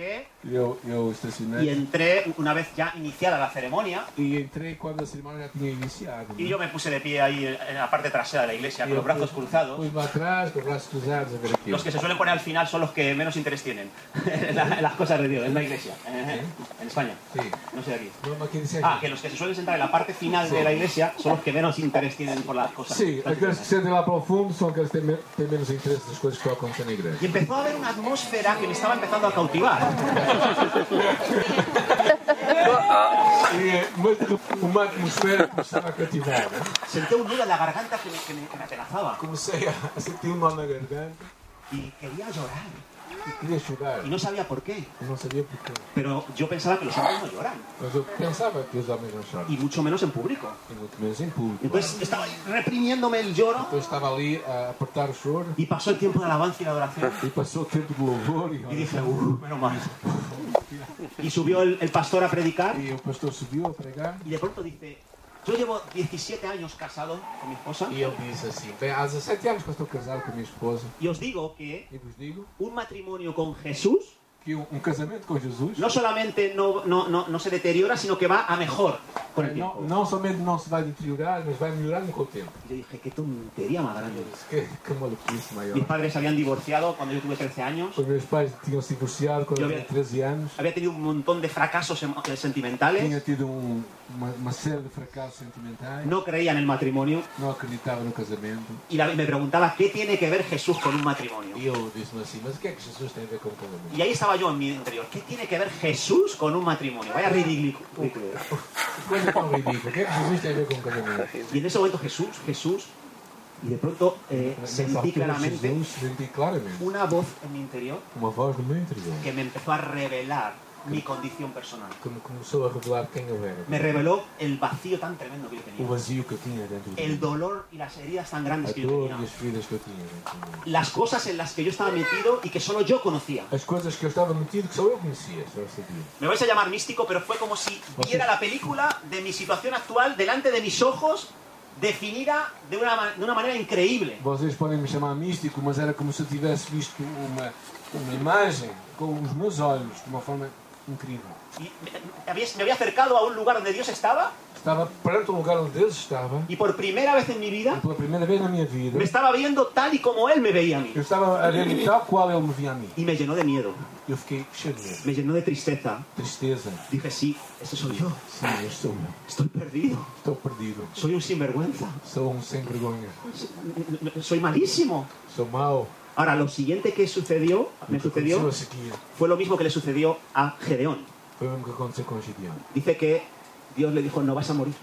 [SPEAKER 1] Eu, eu
[SPEAKER 2] y
[SPEAKER 1] estacionei
[SPEAKER 2] entré una vez ya iniciada la ceremonia
[SPEAKER 1] e entrei quando a cerimônia já tinha iniciado.
[SPEAKER 2] y yo me puse de pie ahí en la parte trasera de la iglesia con los brazos cruzados.
[SPEAKER 1] Fui para trás, com os braços cruzados, a ver aquilo.
[SPEAKER 2] Los que se suelen poner al final son los que menos interés tienen en la- en las cosas de Dios, en la iglesia, Eh, en España.
[SPEAKER 1] Sim.
[SPEAKER 2] No sé de aquí.
[SPEAKER 1] Vamos aqui dizer
[SPEAKER 2] Ah, que los que se suelen sentar en la parte final de la iglesia son los que menos interés tienen por las cosas.
[SPEAKER 1] Sim, aqueles que é- sentem lá para o fundo são aqueles que têm, me- têm menos interesse nas coisas que acontecem na igreja.
[SPEAKER 2] Y empezó a haber una atmósfera que me estaba empezando a cautivar.
[SPEAKER 1] E, é, mas de repente, uma atmosfera começava a cativar.
[SPEAKER 2] Senté un nudo en la garganta que me, que me- que me atenazaba.
[SPEAKER 1] Comecei a sentir um mal na garganta
[SPEAKER 2] Y quería llorar.
[SPEAKER 1] e queria chorar.
[SPEAKER 2] Y no sabía por qué.
[SPEAKER 1] Eu não sabia porquê.
[SPEAKER 2] Pero yo pensaba que los hombres no lloran.
[SPEAKER 1] Mas eu pensava que os homens não choram.
[SPEAKER 2] Y mucho menos en público.
[SPEAKER 1] E muito menos em público.
[SPEAKER 2] Entonces estaba reprimiéndome el lloro.
[SPEAKER 1] Então eu estava ali a apertar o choro
[SPEAKER 2] Y pasó el tiempo de alabanza y la adoración.
[SPEAKER 1] e passou o tempo de louvor e
[SPEAKER 2] Y
[SPEAKER 1] oração.
[SPEAKER 2] dije, "Uh, menos mal. Y subió el, el pastor a predicar.
[SPEAKER 1] E o pastor subiu a pregar
[SPEAKER 2] Y de pronto dice, yo llevo 17 años casado con mi esposa.
[SPEAKER 1] e ele disse assim: Bem, há 17 anos que eu estou casado com a minha esposa
[SPEAKER 2] Y os digo que
[SPEAKER 1] e vos digo
[SPEAKER 2] un matrimonio con Jesús
[SPEAKER 1] que um um casamento com Jesus
[SPEAKER 2] no solamente no, no, no, no se deteriora, sino que va a mejor con
[SPEAKER 1] não,
[SPEAKER 2] el tiempo.
[SPEAKER 1] não somente não se vai deteriorar, mas vai melhorando com o tempo.
[SPEAKER 2] Yo dije, qué tontería más grande.
[SPEAKER 1] Que, que maluquice maior.
[SPEAKER 2] Mis padres se habían divorciado cuando yo tuve 13 años.
[SPEAKER 1] Os meus pais tinham se divorciado quando eu tinha 13 anos.
[SPEAKER 2] Había tenido un montón de fracasos em- eh,
[SPEAKER 1] Tinha
[SPEAKER 2] sentimentales.
[SPEAKER 1] tido um- uma, uma série de fracassos sentimentais.
[SPEAKER 2] No creía en el matrimonio.
[SPEAKER 1] Não acreditava no casamento.
[SPEAKER 2] Y la- me preguntaba, ¿qué tiene que ver Jesús con un matrimonio?
[SPEAKER 1] E eu disse-me assim, mas o que é que Jesus tem a ver com o casamento?
[SPEAKER 2] Y ahí estaba yo en mi interior. ¿Qué tiene que ver Jesús con un matrimonio? Vaya ridículo.
[SPEAKER 1] Coisa tão ridícula. O que é que Jesus tem a ver com o casamento?
[SPEAKER 2] Y en ese momento Jesús, Jesús, y de pronto eh,
[SPEAKER 1] Nessa
[SPEAKER 2] sentí
[SPEAKER 1] altura,
[SPEAKER 2] claramente
[SPEAKER 1] Jesus senti claramente
[SPEAKER 2] una voz en mi interior
[SPEAKER 1] uma voz no meu interior
[SPEAKER 2] que me empezó a revelar mi condición personal.
[SPEAKER 1] que me começou a revelar quem eu era.
[SPEAKER 2] Me reveló el vacío tan tremendo que yo
[SPEAKER 1] O
[SPEAKER 2] tenía,
[SPEAKER 1] vazio que eu tinha dentro de
[SPEAKER 2] el
[SPEAKER 1] mim.
[SPEAKER 2] dolor y las heridas tan
[SPEAKER 1] A
[SPEAKER 2] grandes que yo
[SPEAKER 1] dor e
[SPEAKER 2] tenía,
[SPEAKER 1] as feridas que eu tinha dentro de mim.
[SPEAKER 2] las cosas en las que yo estaba metido y que solo yo conocía.
[SPEAKER 1] As coisas que eu estava metido que só eu conhecia, só eu sabia.
[SPEAKER 2] Me vais a llamar místico, pero fue como si viera la película de mi situación actual delante de mis ojos, definida de una, ma- de una manera increíble.
[SPEAKER 1] Vocês podem me chamar místico, mas era como se eu tivesse visto uma, uma imagem com os meus olhos de uma forma incrível.
[SPEAKER 2] Y me, me había- me había acercado a un lugar donde Dios estaba
[SPEAKER 1] Estava perante um lugar onde Deus estaba
[SPEAKER 2] y por primera vez en mi
[SPEAKER 1] e
[SPEAKER 2] vida
[SPEAKER 1] pela primeira vez na minha vida
[SPEAKER 2] me estaba viendo tal y como Él me veía a mí.
[SPEAKER 1] eu estava a ver tal qual ele me via a mim.
[SPEAKER 2] Y me llenó de miedo,
[SPEAKER 1] Eu fiquei cheio de medo,
[SPEAKER 2] me llenó de tristeza,
[SPEAKER 1] tristeza.
[SPEAKER 2] Dije, sí, ese soy yo.
[SPEAKER 1] Sim, eu estou,
[SPEAKER 2] Estoy perdido.
[SPEAKER 1] estou perdido.
[SPEAKER 2] Soy un sinvergüenza.
[SPEAKER 1] Sou um sem vergonha.
[SPEAKER 2] Soy malísimo.
[SPEAKER 1] Sou mau.
[SPEAKER 2] Ahora, lo siguiente que sucedió, me
[SPEAKER 1] Aconteceu
[SPEAKER 2] sucedió,
[SPEAKER 1] a seguir.
[SPEAKER 2] fue lo mismo que le sucedió a Gedeón.
[SPEAKER 1] Foi o mesmo que aconteceu com Gideão.
[SPEAKER 2] Dice que Dios le dijo, no vas a morir.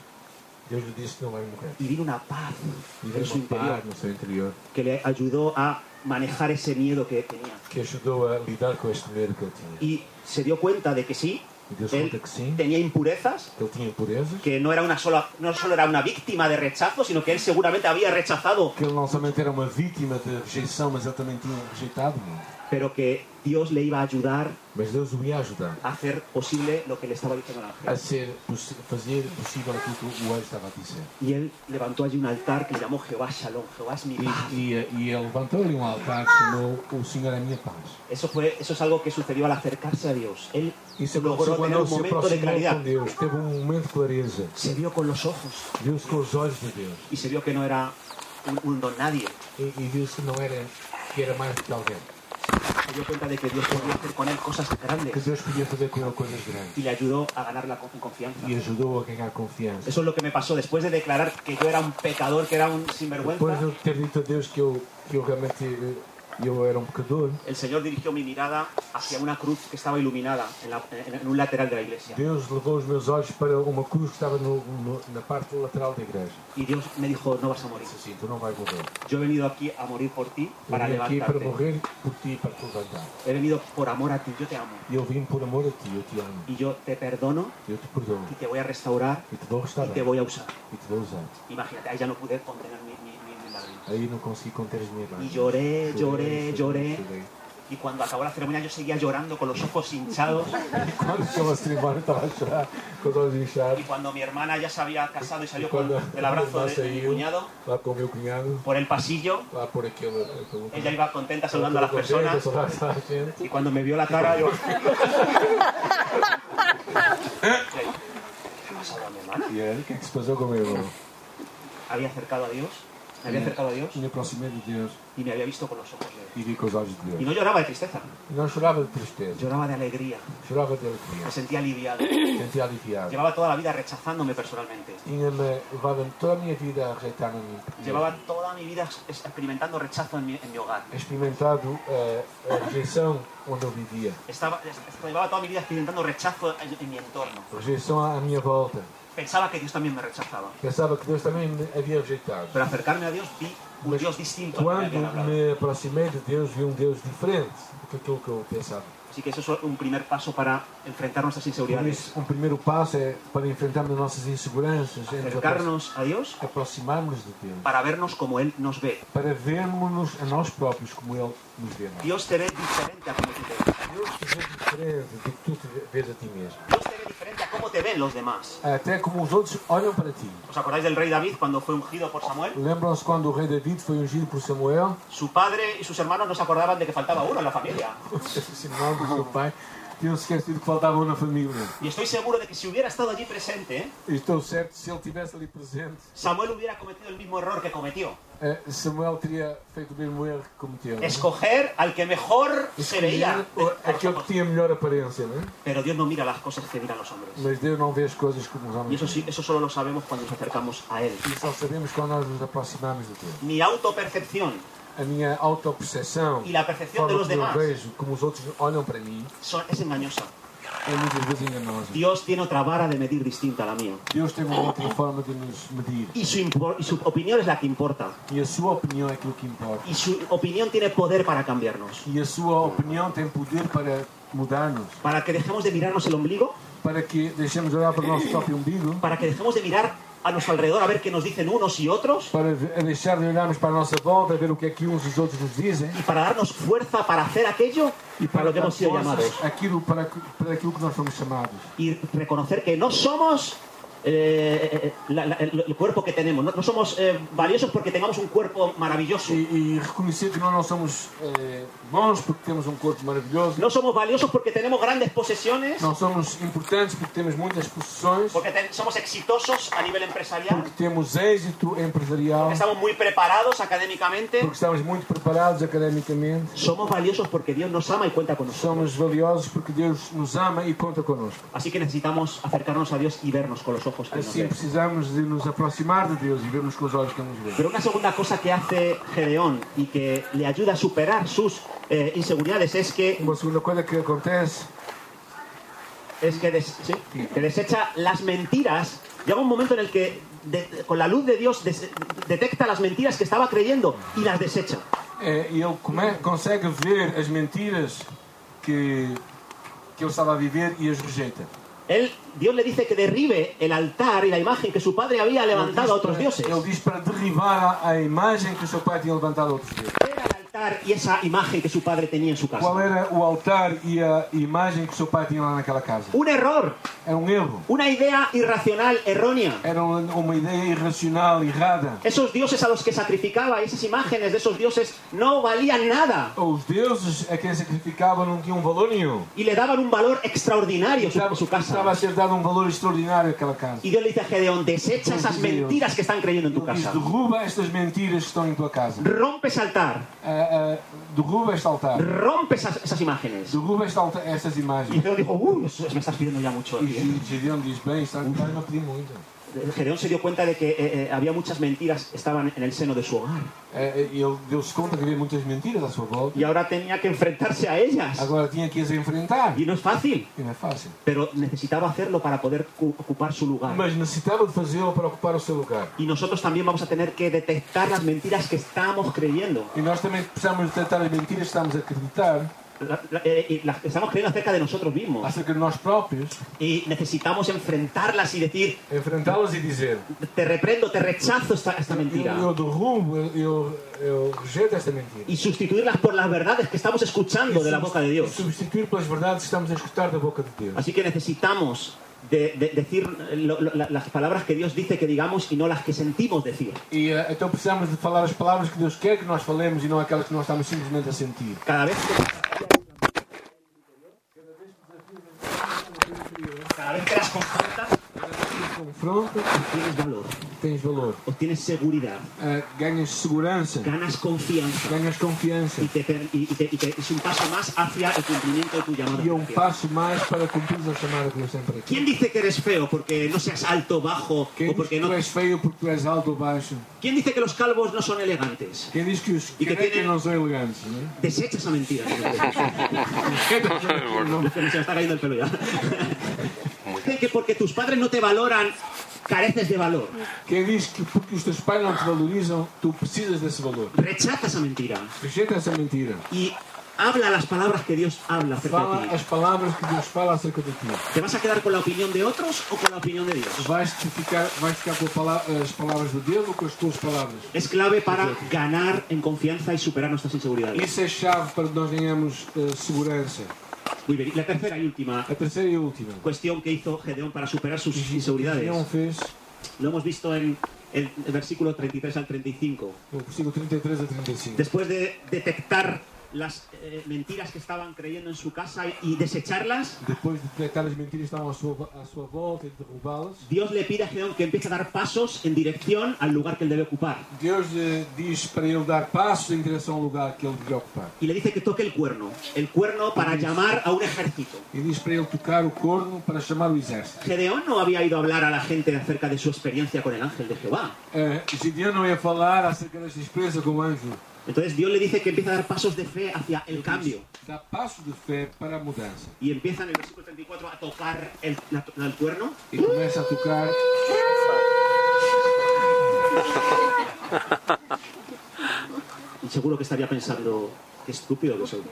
[SPEAKER 1] Deus lhe disse que não vai morrer.
[SPEAKER 2] Y vino una paz
[SPEAKER 1] E
[SPEAKER 2] en
[SPEAKER 1] veio
[SPEAKER 2] su
[SPEAKER 1] uma
[SPEAKER 2] interior
[SPEAKER 1] paz no seu interior
[SPEAKER 2] que le ayudó a manejar ese miedo que tenía.
[SPEAKER 1] que ajudou a lidar com este medo que ele tinha.
[SPEAKER 2] Y se dio cuenta de que sí,
[SPEAKER 1] E deu-se
[SPEAKER 2] él
[SPEAKER 1] conta que sim,
[SPEAKER 2] tenía impurezas,
[SPEAKER 1] que ele tinha impurezas,
[SPEAKER 2] que no era una sola, no solo era una víctima de rechazo, sino que él seguramente había rechazado,
[SPEAKER 1] que ele não somente era uma vítima de rejeição, mas ele também tinha rejeitado muito.
[SPEAKER 2] pero que Dios le iba a ayudar
[SPEAKER 1] Mas Deus o ia ajudar
[SPEAKER 2] a hacer posible lo que le estaba diciendo el ángel.
[SPEAKER 1] a ser, possi- fazer possível aquilo que o anjo estava a dizer.
[SPEAKER 2] Y él levantó allí un altar que le llamó Jehová Shalom, Jehová es mi paz.
[SPEAKER 1] E, e, e ele levantou-lhe um altar que chamou o Senhor é a minha paz.
[SPEAKER 2] Eso, fue, eso es algo que sucedió al acercarse a Dios. Él
[SPEAKER 1] Isso aconteceu
[SPEAKER 2] logró
[SPEAKER 1] quando
[SPEAKER 2] tener
[SPEAKER 1] ele se
[SPEAKER 2] un um momento
[SPEAKER 1] aproximou
[SPEAKER 2] de claridad.
[SPEAKER 1] com Deus, teve um momento de clareza.
[SPEAKER 2] Se vio con los ojos
[SPEAKER 1] Viu-se com os olhos de Deus
[SPEAKER 2] y se vio que no era un, un don nadie.
[SPEAKER 1] e, e viu-se que não era, que era mais do que alguém.
[SPEAKER 2] Se dio cuenta de que Dios podía hacer con él cosas
[SPEAKER 1] Que
[SPEAKER 2] grandes
[SPEAKER 1] Deus podia fazer com ele coisas grandes
[SPEAKER 2] y le ayudó a ganar la co- confianza.
[SPEAKER 1] e ajudou a ganhar confiança.
[SPEAKER 2] Eso es lo que me pasó después de declarar que yo era un pecador, que era un
[SPEAKER 1] Depois de
[SPEAKER 2] sinvergüenza.
[SPEAKER 1] eu ter dito a Deus que eu, que eu realmente eu era um pecador,
[SPEAKER 2] El Señor dirigió mi mirada hacia una cruz que estaba iluminada en, la- en un lateral de la iglesia.
[SPEAKER 1] Deus levou os meus olhos para uma cruz que estava no- no- na parte lateral da igreja.
[SPEAKER 2] Y Dios me dijo, no vas a morir.
[SPEAKER 1] Disse assim, tu não vais morrer.
[SPEAKER 2] Yo he venido aquí a morir por ti,
[SPEAKER 1] Eu
[SPEAKER 2] para
[SPEAKER 1] vim aqui para
[SPEAKER 2] levantarte.
[SPEAKER 1] morrer por ti e para te levantar.
[SPEAKER 2] He venido por amor a ti, yo te amo.
[SPEAKER 1] E eu vim por amor a ti, eu te amo.
[SPEAKER 2] Y yo te perdono
[SPEAKER 1] Eu te perdoo.
[SPEAKER 2] y te voy a restaurar
[SPEAKER 1] E te vou
[SPEAKER 2] y
[SPEAKER 1] restaurar.
[SPEAKER 2] te voy a usar.
[SPEAKER 1] E te vou usar.
[SPEAKER 2] Imagínate, ahí ya no pude contener mi, mi, mi- mi lágrima.
[SPEAKER 1] Aí não consegui conter as minhas lágrimas.
[SPEAKER 2] E chorei, chorei, chorei. Y cuando acabó la ceremonia yo seguía llorando con los ojos hinchados.
[SPEAKER 1] Quando chegou a cerimônia, eu tava chorando, com os olhos
[SPEAKER 2] Y
[SPEAKER 1] inchados.
[SPEAKER 2] cuando mi hermana ya se había casado y
[SPEAKER 1] E
[SPEAKER 2] salió con
[SPEAKER 1] quando
[SPEAKER 2] el abrazo
[SPEAKER 1] ela
[SPEAKER 2] de, de mi
[SPEAKER 1] saiu
[SPEAKER 2] cuñado
[SPEAKER 1] lá com o meu cunhado,
[SPEAKER 2] por el pasillo,
[SPEAKER 1] lá por aquele. aquele-
[SPEAKER 2] ella iba contenta saludando a
[SPEAKER 1] aquele
[SPEAKER 2] las personas.
[SPEAKER 1] contexto, lá está a gente.
[SPEAKER 2] Y cuando me vio la cara, yo. ¿Qué ha pasado a mi hermana?
[SPEAKER 1] E aí, o que, é que se passou com o meu irmão?
[SPEAKER 2] Había acercado a Dios, me había acercado a Dios
[SPEAKER 1] Me aproximei de Deus
[SPEAKER 2] y me había visto con los ojos de Dios.
[SPEAKER 1] e vi com os olhos de
[SPEAKER 2] Y
[SPEAKER 1] Deus.
[SPEAKER 2] no lloraba de tristeza,
[SPEAKER 1] Não chorava de tristeza,
[SPEAKER 2] lloraba de alegría,
[SPEAKER 1] chorava de
[SPEAKER 2] me
[SPEAKER 1] alegria.
[SPEAKER 2] sentía aliviado.
[SPEAKER 1] Sentia aliviado.
[SPEAKER 2] Llevaba toda la vida rechazándome personalmente.
[SPEAKER 1] Tinha-me levado toda a minha vida a rejeitar a mim.
[SPEAKER 2] Llevaba toda mi vida ex- experimentando rechazo en mi, en mi hogar.
[SPEAKER 1] Experimentado eh, a rejeição onde eu vivia.
[SPEAKER 2] Estaba, es- es- llevaba toda mi vida experimentando rechazo en, en mi entorno.
[SPEAKER 1] Rejeição à minha volta.
[SPEAKER 2] Pensaba que Dios también me rechazaba.
[SPEAKER 1] Pensava que Deus também me havia rejeitado.
[SPEAKER 2] Pero acercarme a Dios vi un Dios distinto. al que me
[SPEAKER 1] Quando
[SPEAKER 2] habían hablado.
[SPEAKER 1] me aproximei de Deus, vi um Deus diferente do que aquilo que eu pensava.
[SPEAKER 2] Así que eso es un primer paso para enfrentar nuestras
[SPEAKER 1] Por
[SPEAKER 2] inseguridades.
[SPEAKER 1] isso, um primeiro passo é para enfrentarmos as nossas inseguranças, é nos apro-
[SPEAKER 2] Acercarnos a Dios
[SPEAKER 1] aproximarmos de Deus,
[SPEAKER 2] para vernos como Él nos ve.
[SPEAKER 1] para vermos a nós próprios como Ele nos vê.
[SPEAKER 2] Dios te ve diferente a como tú te ves.
[SPEAKER 1] Deus te vê diferente do que tu te vês a ti mesmo.
[SPEAKER 2] Dios te ve diferente a cómo te ven los demás.
[SPEAKER 1] Até como os outros olham para ti.
[SPEAKER 2] ¿Os acordáis del rey David cuando fue ungido por Samuel?
[SPEAKER 1] Lembram-se quando o rei David foi ungido por Samuel?
[SPEAKER 2] Su padre y sus hermanos no se acordaban de que faltaba uno en la familia.
[SPEAKER 1] Simão, do seu pai, tinham esquecido que faltava um na família.
[SPEAKER 2] Y estoy seguro de que si hubiera estado allí presente,
[SPEAKER 1] E Estou certo, se ele estivesse ali presente,
[SPEAKER 2] Samuel hubiera cometido el mismo error que cometió.
[SPEAKER 1] eh, Samuel teria feito o mesmo erro que cometeu. né?
[SPEAKER 2] Escoger al que mejor se veía.
[SPEAKER 1] Escolher aquele que tinha melhor aparência, né?
[SPEAKER 2] Pero Dios no mira las cosas que miran los hombres.
[SPEAKER 1] Mas Deus não vê as coisas como os
[SPEAKER 2] Y
[SPEAKER 1] homens.
[SPEAKER 2] eso sí, eso solo lo sabemos cuando nos acercamos a Él.
[SPEAKER 1] E só sabemos quando nós nos aproximamos de Deus.
[SPEAKER 2] Mi autopercepción
[SPEAKER 1] A minha autoperceção,
[SPEAKER 2] E a percepção
[SPEAKER 1] a forma
[SPEAKER 2] dos
[SPEAKER 1] como eu
[SPEAKER 2] demás.
[SPEAKER 1] vejo, como os outros olham para mim,
[SPEAKER 2] son- es engañosa.
[SPEAKER 1] é muitas vezes enganosa.
[SPEAKER 2] Dios tiene otra vara de medir distinta a la mía.
[SPEAKER 1] Deus tem uma outra forma de nos medir.
[SPEAKER 2] Y su, impo- y su opinión es la que importa.
[SPEAKER 1] E a sua opinião é aquilo que importa.
[SPEAKER 2] Y su opinión tiene poder para cambiarnos.
[SPEAKER 1] E a sua opinião tem poder para mudar-nos.
[SPEAKER 2] Para que dejemos de mirarnos el ombligo,
[SPEAKER 1] Para que deixemos de olhar para o nosso próprio umbigo.
[SPEAKER 2] para que dejemos de mirar a nuestro alrededor a ver qué nos dicen unos y otros,
[SPEAKER 1] Para ve- a deixar de olharmos para a nossa volta, ver o que é que uns e os outros nos dizem.
[SPEAKER 2] y para darnos fuerza para hacer aquello
[SPEAKER 1] E para
[SPEAKER 2] para lo que hemos sido
[SPEAKER 1] forças
[SPEAKER 2] llamados.
[SPEAKER 1] aquilo para, que- para aquilo que nós fomos chamados.
[SPEAKER 2] Y reconocer que no somos eh, la- la- el, el cuerpo que tenemos, no, no somos eh, valiosos porque tengamos un cuerpo maravilloso.
[SPEAKER 1] E, e reconhecer que nós não somos eh, bons porque temos um corpo maravilhoso.
[SPEAKER 2] No somos valiosos porque tenemos grandes posesiones,
[SPEAKER 1] Não somos importantes porque temos muitas posições.
[SPEAKER 2] porque te- somos exitosos a nivel empresarial,
[SPEAKER 1] Porque temos êxito empresarial.
[SPEAKER 2] porque estamos muy preparados académicamente.
[SPEAKER 1] Porque estamos muito preparados academicamente.
[SPEAKER 2] Somos valiosos porque Dios nos ama y cuenta con nosotros.
[SPEAKER 1] Somos valiosos porque Deus nos ama e conta connosco.
[SPEAKER 2] Así que necesitamos acercarnos a Dios y vernos con los ojos que Él nos
[SPEAKER 1] Assim
[SPEAKER 2] ve.
[SPEAKER 1] precisamos de nos aproximar de Deus e vermos com os olhos que Ele nos vê.
[SPEAKER 2] Pero una segunda cosa que hace Gedeón y que le ayuda a superar sus eh, inseguridades es que,
[SPEAKER 1] Uma segunda coisa que acontece
[SPEAKER 2] es que, des- sí, que desecha las mentiras. Llega un momento en el que de- con la luz de Dios des- detecta las mentiras que estaba creyendo y las desecha.
[SPEAKER 1] é ele come- consegue ver as mentiras que, que ele estava a viver e as rejeita.
[SPEAKER 2] Él, Dios le dice que derribe el altar y la imagen que su padre había levantado a otros
[SPEAKER 1] Ele diz
[SPEAKER 2] dioses.
[SPEAKER 1] para, ele diz para derribar a, a imagem que o seu pai tinha levantado a outros deuses.
[SPEAKER 2] ¿Qué era el altar y esa imagen que su padre tenía en su casa?
[SPEAKER 1] Qual era o altar e a imagem que o seu pai tinha lá naquela casa?
[SPEAKER 2] Un error,
[SPEAKER 1] Era um erro.
[SPEAKER 2] una idea irracional, errónea.
[SPEAKER 1] Era uma, uma ideia irracional, errada.
[SPEAKER 2] Esos dioses a los que sacrificaba, esas imágenes de esos dioses, no valían nada
[SPEAKER 1] Os deuses a quem sacrificavam não tinham valor nenhum.
[SPEAKER 2] y le daban un valor extraordinario
[SPEAKER 1] Estava,
[SPEAKER 2] su, su
[SPEAKER 1] estava a
[SPEAKER 2] casa.
[SPEAKER 1] ser dado um valor extraordinário àquela casa.
[SPEAKER 2] Y Dios le dice a Gedeón, desecha esas mentiras que están creyendo en tu
[SPEAKER 1] Ele diz,
[SPEAKER 2] casa.
[SPEAKER 1] derruba estas mentiras que estão em tua casa.
[SPEAKER 2] Rompe ese altar,
[SPEAKER 1] Ah, ah, derruba este altar.
[SPEAKER 2] rompe esas, esas imágenes.
[SPEAKER 1] Derruba este altar, estas
[SPEAKER 2] Y
[SPEAKER 1] imagens.
[SPEAKER 2] Gedeón dijo, uy, me estás pidiendo ya mucho.
[SPEAKER 1] E
[SPEAKER 2] aquí, ¿eh?".
[SPEAKER 1] G- Gideon diz, bem, está está-me a pedir muito.
[SPEAKER 2] Gedeón se dio cuenta de que eh, eh, había muchas mentiras que estaban en el seno de su hogar.
[SPEAKER 1] Eh, eh, Ele deu-se conta que havia muitas mentiras à sua volta.
[SPEAKER 2] Y ahora tenía que enfrentarse a ellas.
[SPEAKER 1] Agora tinha que as enfrentar.
[SPEAKER 2] Y no es fácil.
[SPEAKER 1] E não é fácil.
[SPEAKER 2] pero necesitaba hacerlo para poder cu- ocupar su lugar.
[SPEAKER 1] Mas necessitava de fazê-lo para ocupar o seu lugar.
[SPEAKER 2] Y nosotros también vamos a tener que detectar las mentiras que estamos creyendo.
[SPEAKER 1] E nós também precisamos de tratar as mentiras que estamos a acreditar
[SPEAKER 2] la- la- eh, y las que estamos creyendo acerca de nosotros mismos.
[SPEAKER 1] acerca de nós próprios,
[SPEAKER 2] Y necesitamos enfrentarlas y decir,
[SPEAKER 1] enfrentá-las e dizer:
[SPEAKER 2] te reprendo, te rechazo esta, esta
[SPEAKER 1] eu,
[SPEAKER 2] mentira.
[SPEAKER 1] eu derrubo, eu, eu, eu rejeito esta mentira.
[SPEAKER 2] Y sustituirlas por las verdades que estamos escuchando de la boca de Dios.
[SPEAKER 1] Substituir pelas verdades que estamos a escutar da boca de Deus.
[SPEAKER 2] Así que necesitamos de, de- decir lo- lo- la- las palabras que Dios dice que digamos y no las que sentimos decir.
[SPEAKER 1] E eh, então precisamos de falar as palavras que Deus quer que nós falemos e não aquelas que nós estamos simplesmente a sentir.
[SPEAKER 2] Cada vez que, cada vez que las confrontas,
[SPEAKER 1] Confronta,
[SPEAKER 2] tienes valor,
[SPEAKER 1] tens valor,
[SPEAKER 2] obtienes seguridad,
[SPEAKER 1] eh, ganhas segurança,
[SPEAKER 2] ganas confianza
[SPEAKER 1] ganhas confiança
[SPEAKER 2] y, te, per- y- y te- y te- es un paso más hacia el cumplimiento de tu llamado.
[SPEAKER 1] e é um
[SPEAKER 2] especial.
[SPEAKER 1] passo mais para cumprir a chamada que Deus tem para ti.
[SPEAKER 2] ¿Quién dice que eres feo porque no seas alto, bajo
[SPEAKER 1] Quem
[SPEAKER 2] o
[SPEAKER 1] diz
[SPEAKER 2] porque
[SPEAKER 1] que
[SPEAKER 2] no?
[SPEAKER 1] tu és feio porque tu és alto ou baixo?
[SPEAKER 2] ¿Quién dice que los calvos no son elegantes?
[SPEAKER 1] Quem diz que os
[SPEAKER 2] que
[SPEAKER 1] carecas
[SPEAKER 2] tem-
[SPEAKER 1] não são elegantes? Né?
[SPEAKER 2] Desecha esa mentira.
[SPEAKER 1] Os carecas não
[SPEAKER 2] Se me está cayendo el pelo ya. Dicen que porque tus padres no te valoran, careces de valor.
[SPEAKER 1] Quem diz que porque os teus pais não te valorizam, tu precisas desse valor.
[SPEAKER 2] Rechaza esa mentira
[SPEAKER 1] Rejeita essa mentira.
[SPEAKER 2] y habla las palabras que Dios habla acerca de
[SPEAKER 1] Fala
[SPEAKER 2] ti.
[SPEAKER 1] as palavras que Deus fala acerca de ti.
[SPEAKER 2] ¿Te vas a quedar con la opinión de otros o con la opinión de Dios?
[SPEAKER 1] Vais -te ficar, vais ficar com a pala- as palavras de Deus ou com as tuas palavras?
[SPEAKER 2] Es clave para ganar en confianza y superar nuestras inseguridades.
[SPEAKER 1] Isso é chave para que nós ganhamos eh, segurança.
[SPEAKER 2] Muy bien. Y la tercera y última
[SPEAKER 1] A terceira e última.
[SPEAKER 2] cuestión que hizo Gedeón para superar sus
[SPEAKER 1] Não
[SPEAKER 2] inseguridades.
[SPEAKER 1] fez
[SPEAKER 2] Lo hemos visto en el versículo 33 al 35.
[SPEAKER 1] no versículo 33 a 35.
[SPEAKER 2] Después de detectar las eh, mentiras que estaban creyendo en su casa y- y desecharlas,
[SPEAKER 1] Depois de detectar as mentiras que estavam à sua, à sua volta e de derrubá-las,
[SPEAKER 2] Dios le pide a Gedeón que empiece a dar pasos en dirección al lugar que él debe ocupar.
[SPEAKER 1] Deus eh, diz para ele dar passos em direção ao lugar que ele devia ocupar.
[SPEAKER 2] Y le dice que toque el cuerno. El cuerno para llamar a un ejército.
[SPEAKER 1] E diz para ele tocar o corno para chamar o exército.
[SPEAKER 2] Gedeón no había ido a hablar a la gente acerca de su experiencia con el ángel de Jehová.
[SPEAKER 1] Eh, Gideão não ia falar acerca desta experiência com o anjo.
[SPEAKER 2] Entonces Dios le dice que empieza a dar pasos de fe hacia el cambio.
[SPEAKER 1] Dá passo de fé para a mudança.
[SPEAKER 2] Y empieza en el versículo 34 a tocar el, la- la- el cuerno.
[SPEAKER 1] E começa a tocar.
[SPEAKER 2] Y seguro que estaría pensando, qué estúpido que soy.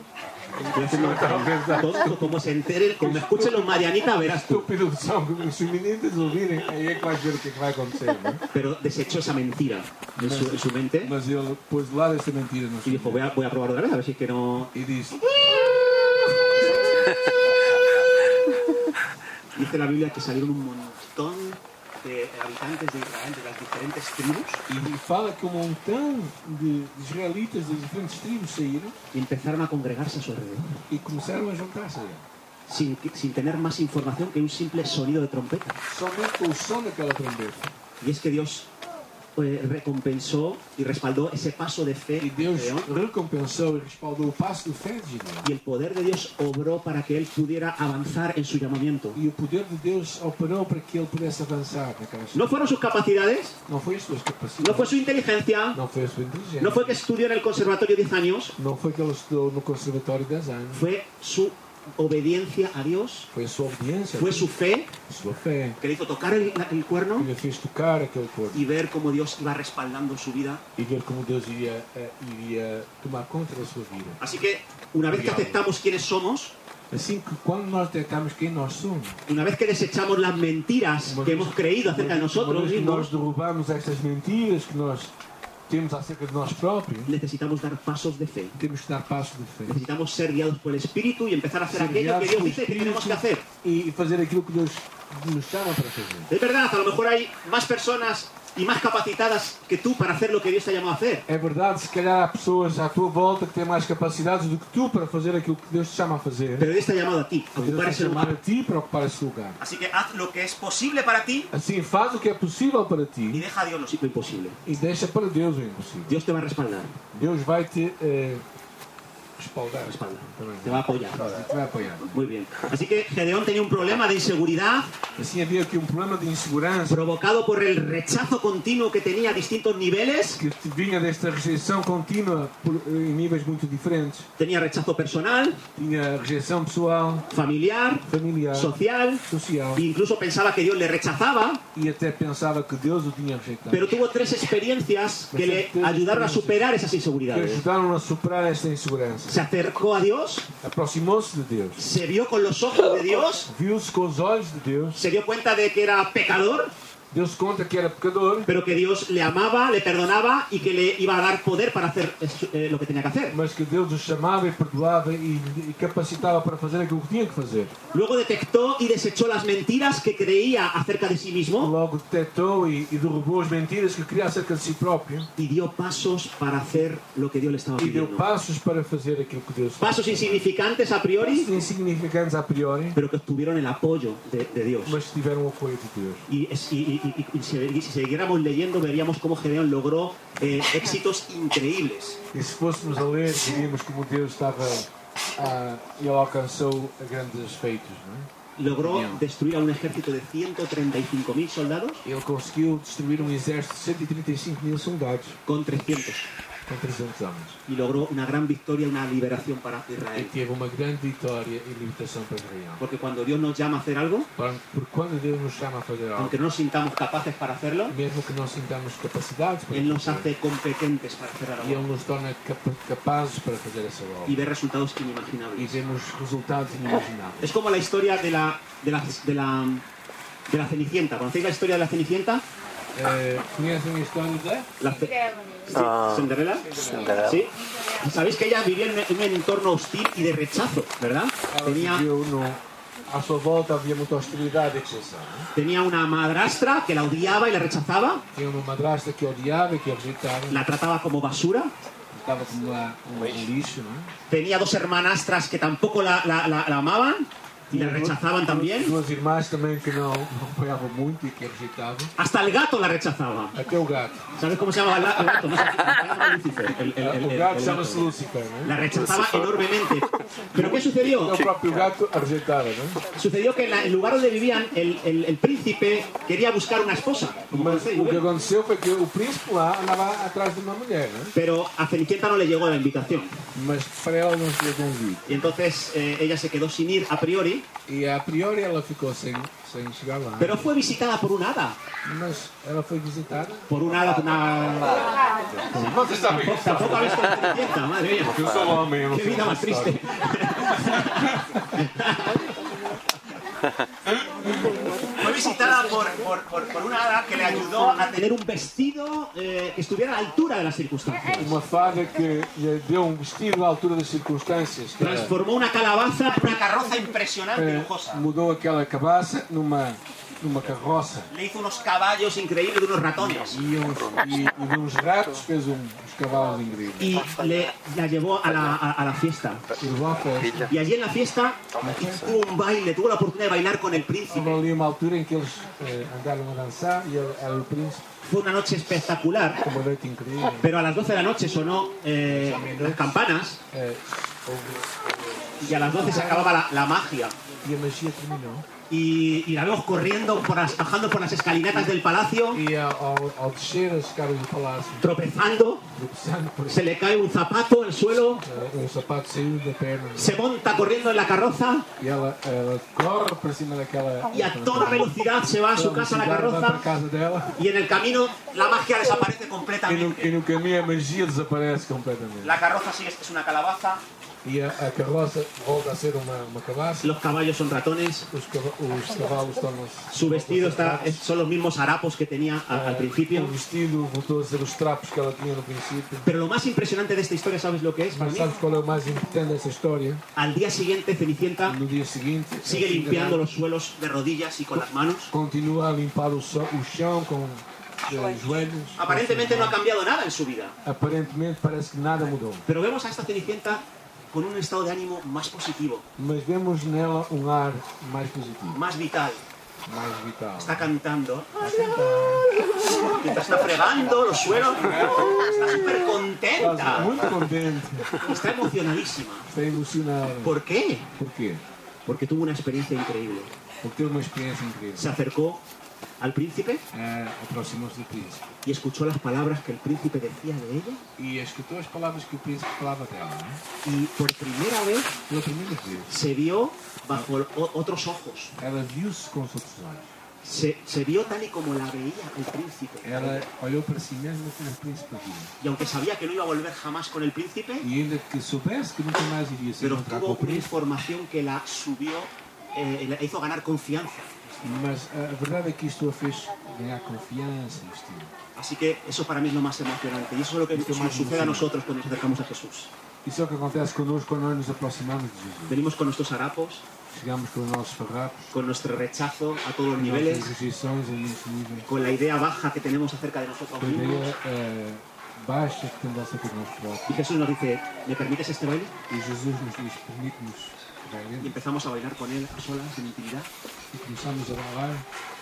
[SPEAKER 2] Estoy haciendo tan tonto como se enteren, como me escuchen los Marianita, verás tú.
[SPEAKER 1] Estúpido são os meninos ouvirem, aí é que vais ver o que, é que vai acontecer. Né?
[SPEAKER 2] Pero desechó esa mentira en su, en su mente.
[SPEAKER 1] Mas ele pôs de lado esta mentira no
[SPEAKER 2] Y
[SPEAKER 1] seu
[SPEAKER 2] dijo, voy a, voy a probar otra vez, a ver si es que no...
[SPEAKER 1] e disse:
[SPEAKER 2] Dice la Biblia que salieron un montón de habitantes de Israel, de las diferentes tribos,
[SPEAKER 1] E fala que um montão de de israelitas das diferentes tribos saíram
[SPEAKER 2] y empezaron a congregarse a su alrededor,
[SPEAKER 1] e começaram a juntar-se.
[SPEAKER 2] sin, que- sin tener más información que un simple sonido de trompeta.
[SPEAKER 1] Somente com o som daquela trombeta.
[SPEAKER 2] Y es que Dios eh, recompensó y respaldó ese paso de fe
[SPEAKER 1] E
[SPEAKER 2] de
[SPEAKER 1] Deus
[SPEAKER 2] Gedeón,
[SPEAKER 1] recompensou e respaldou o passo do fé de Gideão.
[SPEAKER 2] y el poder de Dios obró para que él pudiera avanzar en su llamamiento.
[SPEAKER 1] E o poder de Deus operou para que ele pudesse avançar naquela
[SPEAKER 2] No fueron sus capacidades,
[SPEAKER 1] Não foi as suas
[SPEAKER 2] no fue
[SPEAKER 1] capacidades.
[SPEAKER 2] su inteligencia,
[SPEAKER 1] Não foi a sua inteligência.
[SPEAKER 2] no fue que estudió en el conservatorio 10 años,
[SPEAKER 1] Não foi que ele estudou no Conservatório 10 anos.
[SPEAKER 2] fue su obediencia a Dios,
[SPEAKER 1] Foi a sua obediência,
[SPEAKER 2] fue su fe
[SPEAKER 1] a sua fé,
[SPEAKER 2] que le hizo tocar el, el
[SPEAKER 1] que
[SPEAKER 2] cuerno
[SPEAKER 1] lhe fez tocar aquele corpo
[SPEAKER 2] y ver cómo Dios iba respaldando su vida.
[SPEAKER 1] e ver como Deus iria, eh, iria tomar conta da sua vida.
[SPEAKER 2] Así que una vez que aceptamos quiénes somos,
[SPEAKER 1] Assim que quando nós detectamos quem nós somos,
[SPEAKER 2] una vez que desechamos las mentiras que hemos creído acerca de
[SPEAKER 1] uma
[SPEAKER 2] nosotros
[SPEAKER 1] vez que nós
[SPEAKER 2] mismos,
[SPEAKER 1] derrubamos estas mentiras que nós temos acerca de nós próprios,
[SPEAKER 2] necesitamos dar pasos de fe.
[SPEAKER 1] temos que dar passo de fé.
[SPEAKER 2] Necesitamos ser guiados por el Espíritu y empezar a hacer
[SPEAKER 1] Ser
[SPEAKER 2] aquello que
[SPEAKER 1] guiados
[SPEAKER 2] Dios
[SPEAKER 1] pelo
[SPEAKER 2] dice que tenemos que hacer.
[SPEAKER 1] Espírito E fazer aquilo que Deus nos chama para fazer.
[SPEAKER 2] Es verdad, a lo mejor hay más personas y más capacitadas que tú para hacer lo que Dios te ha llamado a hacer.
[SPEAKER 1] É verdade, se calhar há pessoas à tua volta que têm mais capacidades do que tu para fazer aquilo que Deus te chama a fazer.
[SPEAKER 2] Pero Dios te ha llamado a ti, a
[SPEAKER 1] Deus
[SPEAKER 2] ocupar
[SPEAKER 1] vai
[SPEAKER 2] ese
[SPEAKER 1] chamar a
[SPEAKER 2] lugar.
[SPEAKER 1] ti para ocupar esse lugar.
[SPEAKER 2] Así que haz lo que es posible para ti
[SPEAKER 1] Assim, faz o que é possível para
[SPEAKER 2] y
[SPEAKER 1] ti
[SPEAKER 2] deja a Dios lo imposible.
[SPEAKER 1] e deixa para Deus o impossível.
[SPEAKER 2] Dios te va a respaldar,
[SPEAKER 1] Deus vai te eh, respaldar.
[SPEAKER 2] respaldar,
[SPEAKER 1] Também.
[SPEAKER 2] te va a apoiar.
[SPEAKER 1] Te vai apoiar.
[SPEAKER 2] Muy bien. Así que Gedeón tenía un problema de inseguridad
[SPEAKER 1] Assim, havia aqui um problema de insegurança
[SPEAKER 2] provocado por el rechazo continuo que tenía a distintos niveles.
[SPEAKER 1] que te vinha desta rejeição contínua por, eh, em níveis muito diferentes.
[SPEAKER 2] Tenía rechazo personal,
[SPEAKER 1] Tinha rejeição pessoal,
[SPEAKER 2] familiar,
[SPEAKER 1] familiar,
[SPEAKER 2] social.
[SPEAKER 1] social
[SPEAKER 2] e Incluso pensaba que Dios le rechazaba,
[SPEAKER 1] e até pensava que Deus o tinha rejeitado.
[SPEAKER 2] pero tuvo tres experiencias que le ayudaron a superar esas
[SPEAKER 1] que
[SPEAKER 2] inseguridades.
[SPEAKER 1] ajudaram a superar esta insegurança.
[SPEAKER 2] se acercó a Dios,
[SPEAKER 1] aproximou-se de Deus,
[SPEAKER 2] se vio con los ojos de Dios,
[SPEAKER 1] viu-se com os olhos de Deus.
[SPEAKER 2] se dio cuenta de que era pecador,
[SPEAKER 1] Deus conta que era pecador,
[SPEAKER 2] pero que Dios le amaba, le perdonaba y que le iba a dar poder para hacer eh, lo que tenía que hacer.
[SPEAKER 1] mas que Deus o chamava e perdoava e, e capacitava para fazer aquilo que tinha que fazer.
[SPEAKER 2] Luego detectó y desechó las mentiras que creía acerca de sí mismo
[SPEAKER 1] Logo detectou e, e derrubou as mentiras que queria acerca de si próprio
[SPEAKER 2] y dio pasos para hacer lo que Dios le estaba
[SPEAKER 1] e deu
[SPEAKER 2] pidiendo.
[SPEAKER 1] passos para fazer aquilo que Deus
[SPEAKER 2] Pasos insignificantes a
[SPEAKER 1] Passos
[SPEAKER 2] priori,
[SPEAKER 1] insignificantes é a priori,
[SPEAKER 2] pero que obtuvieron el apoyo de, de Dios.
[SPEAKER 1] mas tiveram o apoio de Deus.
[SPEAKER 2] Y, es- y- y- y- y si, y si siguiéramos leyendo, veríamos cómo Gedeón logró eh, éxitos increíbles.
[SPEAKER 1] E se fôssemos a ler, diríamos como Deus estava. ah, ele alcançou grandes feitos, não é?
[SPEAKER 2] Logró
[SPEAKER 1] Bien.
[SPEAKER 2] destruir a un ejército de 135.000 soldados
[SPEAKER 1] Ele conseguiu destruir um exército de 135 mil soldados
[SPEAKER 2] con 300.
[SPEAKER 1] com 300 homens.
[SPEAKER 2] Y logró una gran victoria, una liberación para
[SPEAKER 1] E
[SPEAKER 2] Israel.
[SPEAKER 1] teve uma grande vitória e libertação para Israel.
[SPEAKER 2] Porque cuando Dios nos llama a hacer algo,
[SPEAKER 1] Por- Porque quando Deus nos chama a fazer algo,
[SPEAKER 2] aunque no nos sintamos capaces para hacerlo,
[SPEAKER 1] mesmo que não sintamos capacidades para
[SPEAKER 2] Él nos
[SPEAKER 1] fazer,
[SPEAKER 2] hace competentes para hacer
[SPEAKER 1] e Ele
[SPEAKER 2] algo
[SPEAKER 1] nos torna capa- capazes para fazer essa obra.
[SPEAKER 2] y ver resultados
[SPEAKER 1] E
[SPEAKER 2] inimaginables.
[SPEAKER 1] vemos resultados inimagináveis.
[SPEAKER 2] Es como la historia de la, de la, de la, de la Cenicienta. ¿Conocéis la historia de la Cenicienta?
[SPEAKER 1] Eh, conhecem a história da?
[SPEAKER 2] La ce- sí,
[SPEAKER 3] Ah.
[SPEAKER 2] Cinderella.
[SPEAKER 3] Cinderella.
[SPEAKER 2] Sí. Sabéis que ella vivía en un entorno hostil y de rechazo, ¿verdad?
[SPEAKER 1] Ela
[SPEAKER 2] Tenía,
[SPEAKER 1] viveu no... À sua volta havia muita hostilidade e rejeição. né?
[SPEAKER 2] tenía una madrastra que la odiaba y la rechazaba,
[SPEAKER 1] Tinha uma madrasta que odiava e que a rejeitava,
[SPEAKER 2] la trataba como basura.
[SPEAKER 1] estava como uma, um lixo, não é?
[SPEAKER 2] Tenía dos hermanastras que tampoco la, la- la- la amaban y la
[SPEAKER 1] Tinha duas-
[SPEAKER 2] rechazaban también.
[SPEAKER 1] Duas irmãs também que não, não apoiavam muito e que a rejeitavam.
[SPEAKER 2] Hasta el gato la rechazaba.
[SPEAKER 1] Até o gato.
[SPEAKER 2] ¿Sabes cómo se llama el gato? No, se llama Lucifer, el- el- el-
[SPEAKER 1] o
[SPEAKER 2] el-
[SPEAKER 1] gato
[SPEAKER 2] el
[SPEAKER 1] chama-se
[SPEAKER 2] gato.
[SPEAKER 1] Lucifer, não
[SPEAKER 2] La
[SPEAKER 1] é?
[SPEAKER 2] rechazaba enormemente. ¿Pero qué sucedió?
[SPEAKER 1] O próprio gato a rejeitava, não é?
[SPEAKER 2] Sucedió que en la- el lugar donde vivían, el, el- el príncipe quería buscar una esposa. como
[SPEAKER 1] Mas
[SPEAKER 2] conocéis muy
[SPEAKER 1] o que
[SPEAKER 2] bien.
[SPEAKER 1] aconteceu foi que o príncipe lá andava atrás de uma mulher, não é?
[SPEAKER 2] Pero a Cenicienta no le llegó la invitación.
[SPEAKER 1] Mas para ela não se deu convite.
[SPEAKER 2] Y entonces eh, ella se quedó sin ir a priori,
[SPEAKER 1] E a priori ela ficou sem, sem chegar lá.
[SPEAKER 2] pero fue visitada por un hada.
[SPEAKER 1] Mas ela foi visitada.
[SPEAKER 2] Por un hada, una...
[SPEAKER 1] Vocês sabem
[SPEAKER 2] Tampoco- Tampoco habéis con Cenicienta, madre mía.
[SPEAKER 1] Eu sou homem, eu
[SPEAKER 2] Qué vida más triste. Fue visitada por, por- por- por una hada que le ayudó a tener un vestido eh, que estuviera a la altura de las circunstancias.
[SPEAKER 1] Uma fada que lhe deu um vestido à altura das circunstâncias. que eh, era-
[SPEAKER 2] Transformó una calabaza en una carroza impresionante,
[SPEAKER 1] eh,
[SPEAKER 2] lujosa.
[SPEAKER 1] mudou aquela cabaça numa, numa carroça.
[SPEAKER 2] Le hizo unos caballos increíbles de unos ratones.
[SPEAKER 1] E, uns, e, e de uns ratos fez um- uns cavalos incríveis.
[SPEAKER 2] Y le, la llevó a la, a- a la fiesta.
[SPEAKER 1] E levou à festa.
[SPEAKER 2] Y allí en la fiesta tuvo un baile, tuvo la oportunidad de bailar con el príncipe.
[SPEAKER 1] Houve ali uma altura em que eles eh, andaram a dançar e ele era o príncipe,
[SPEAKER 2] Fue una noche espectacular.
[SPEAKER 1] uma noite incrível.
[SPEAKER 2] Pero a las 12 de la noche sonó eh, las campanas
[SPEAKER 1] Eh, houve-
[SPEAKER 2] y a las 12 se acababa la, la magia.
[SPEAKER 1] e a magia terminou.
[SPEAKER 2] Y, y la vemos corriendo, por las- bajando por las escalinatas del palacio,
[SPEAKER 1] E a- ao, ao descer as escadas do palácio,
[SPEAKER 2] tropezando,
[SPEAKER 1] tropeçando por
[SPEAKER 2] se le cae un zapato al suelo,
[SPEAKER 1] eh, um sapato saiu da perna
[SPEAKER 2] se monta corriendo en la carroza
[SPEAKER 1] e ela, ela corre para cima daquela.
[SPEAKER 2] y a toda velocidad se va a su casa la
[SPEAKER 1] Vai para a
[SPEAKER 2] carroza
[SPEAKER 1] casa dela
[SPEAKER 2] y en el camino la magia desaparece
[SPEAKER 1] e no,
[SPEAKER 2] completamente.
[SPEAKER 1] e no caminho a magia desaparece completamente.
[SPEAKER 2] La carroza sigue, es una calabaza,
[SPEAKER 1] E a, a carroça volta a ser uma, uma cabaça,
[SPEAKER 2] los caballos son ratones,
[SPEAKER 1] os, cava- os cavalos tornam-se.
[SPEAKER 2] su vestido está,
[SPEAKER 1] voltam a
[SPEAKER 2] es-
[SPEAKER 1] ser
[SPEAKER 2] son los mismos harapos que tenía a-
[SPEAKER 1] trapos.
[SPEAKER 2] al
[SPEAKER 1] O
[SPEAKER 2] principio.
[SPEAKER 1] vestido voltou a ser os trapos que ela tinha no princípio.
[SPEAKER 2] Pero lo más impresionante de esta historia, ¿sabes lo que es? Para
[SPEAKER 1] Mas
[SPEAKER 2] mí,
[SPEAKER 1] sabes qual é o mais importante dessa história?
[SPEAKER 2] al día siguiente Cenicienta
[SPEAKER 1] No dia seguinte,
[SPEAKER 2] sigue limpiando los suelos de rodillas y con las manos.
[SPEAKER 1] continua a limpar o, so- o chão com os joelhos.
[SPEAKER 2] Aparentemente no ha cambiado nada en su vida,
[SPEAKER 1] Aparentemente parece que nada mudou.
[SPEAKER 2] pero vemos a esta Cenicienta con un estado de ánimo más positivo,
[SPEAKER 1] Mas vemos nela um ar mais positivo,
[SPEAKER 2] más vital.
[SPEAKER 1] mais vital.
[SPEAKER 2] Está cantando. Mientras está fregando los suelos. Está súper
[SPEAKER 1] Está
[SPEAKER 2] contenta.
[SPEAKER 1] muito contente,
[SPEAKER 2] Está emocionadísima.
[SPEAKER 1] está emocionada.
[SPEAKER 2] ¿Por qué?
[SPEAKER 1] Porquê?
[SPEAKER 2] Porque tuvo una experiencia increíble.
[SPEAKER 1] Porque teve uma experiência incrível.
[SPEAKER 2] Se acercou al príncipe
[SPEAKER 1] Ah, Aproximou-se do príncipe
[SPEAKER 2] y escuchó las palabras que el príncipe decía de ella
[SPEAKER 1] e escutou as palavras que o príncipe falava dela. Né?
[SPEAKER 2] y por primera vez
[SPEAKER 1] Pela primeira vez,
[SPEAKER 2] se vio bajo o- otros ojos.
[SPEAKER 1] ela viu-se com os outros olhos.
[SPEAKER 2] se, se vio tal y como la veía el príncipe.
[SPEAKER 1] Ela olhou para si mesma como o príncipe havia.
[SPEAKER 2] Y aunque sabía que no iba a volver jamás con el príncipe,
[SPEAKER 1] E ainda que soubesse que nunca mais iria se
[SPEAKER 2] pero
[SPEAKER 1] encontrar com
[SPEAKER 2] tuvo
[SPEAKER 1] o
[SPEAKER 2] una
[SPEAKER 1] príncipe,
[SPEAKER 2] información que la subió, eh, la hizo ganar confianza.
[SPEAKER 1] mas a verdade é que isto a fez ganhar confiança e estima.
[SPEAKER 2] Así que eso para mí es lo más emocionante. Y eso es lo que nos sucede a nosotros cuando nos acercamos a Jesús.
[SPEAKER 1] Isso é o que acontece connosco quando nós nos aproximamos de Jesus.
[SPEAKER 2] Venimos con nuestros harapos,
[SPEAKER 1] Chegamos com os nossos farrapos,
[SPEAKER 2] con nuestro rechazo a
[SPEAKER 1] com as
[SPEAKER 2] todos los
[SPEAKER 1] nossas
[SPEAKER 2] niveles,
[SPEAKER 1] rejeições em muitos níveis,
[SPEAKER 2] con la idea baja que tenemos acerca de nosotros
[SPEAKER 1] com a ideia
[SPEAKER 2] mismos.
[SPEAKER 1] eh, baixa que temos acerca de nós próprios.
[SPEAKER 2] Y Jesús nos dice, ¿me permites este baile?
[SPEAKER 1] E Jesus nos diz, permite-nos
[SPEAKER 2] Y
[SPEAKER 1] bailar.
[SPEAKER 2] empezamos a bailar con él a solas, en intimidad.
[SPEAKER 1] E começamos a bailar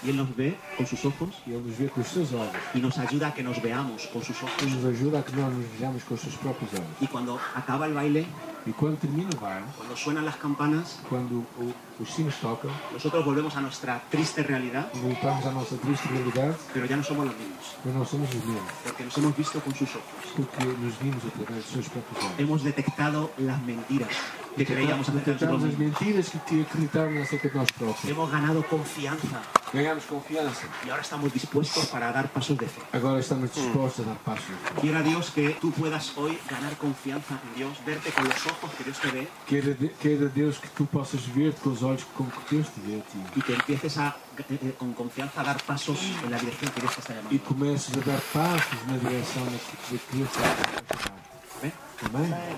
[SPEAKER 2] Y él nos ve con sus ojos
[SPEAKER 1] e Ele nos vê com os seus olhos.
[SPEAKER 2] y nos ayuda a que nos veamos con sus
[SPEAKER 1] Ele
[SPEAKER 2] ojos.
[SPEAKER 1] nos ajuda a que nós nos vejamos com os seus próprios olhos.
[SPEAKER 2] Y cuando acaba el baile,
[SPEAKER 1] E quando termina o baile,
[SPEAKER 2] cuando suenan las campanas,
[SPEAKER 1] quando o- os sinos tocam,
[SPEAKER 2] nosotros volvemos a nuestra triste realidad,
[SPEAKER 1] voltamos à nossa triste realidade,
[SPEAKER 2] pero ya no somos los mismos,
[SPEAKER 1] mas não somos os mesmos,
[SPEAKER 2] porque nos hemos visto con sus ojos.
[SPEAKER 1] porque nos vimos através dos seus próprios olhos.
[SPEAKER 2] Hemos detectado las mentiras que creíamos acerca de nosotros
[SPEAKER 1] Detectamos as
[SPEAKER 2] mismos.
[SPEAKER 1] mentiras que te acreditaram acerca de nós próprios.
[SPEAKER 2] Hemos ganado confianza
[SPEAKER 1] Ganhamos confiança.
[SPEAKER 2] y ahora estamos dispuestos para dar pasos de fe.
[SPEAKER 1] Agora estamos dispostos a dar passos.
[SPEAKER 2] Quiera Dios que tú puedas hoy ganar confianza en Dios, verte con los ojos que Dios te ve
[SPEAKER 1] Queira, é de- queira Deus que tu possas ver-te com os olhos com que Deus te vê a ti.
[SPEAKER 2] y que empieces a, eh, eh, con confianza a dar pasos en la dirección que Dios te está
[SPEAKER 1] E
[SPEAKER 2] llamando.
[SPEAKER 1] começas a dar passos na direção da que Deus te está a chamar.
[SPEAKER 2] Amén.
[SPEAKER 1] Amém?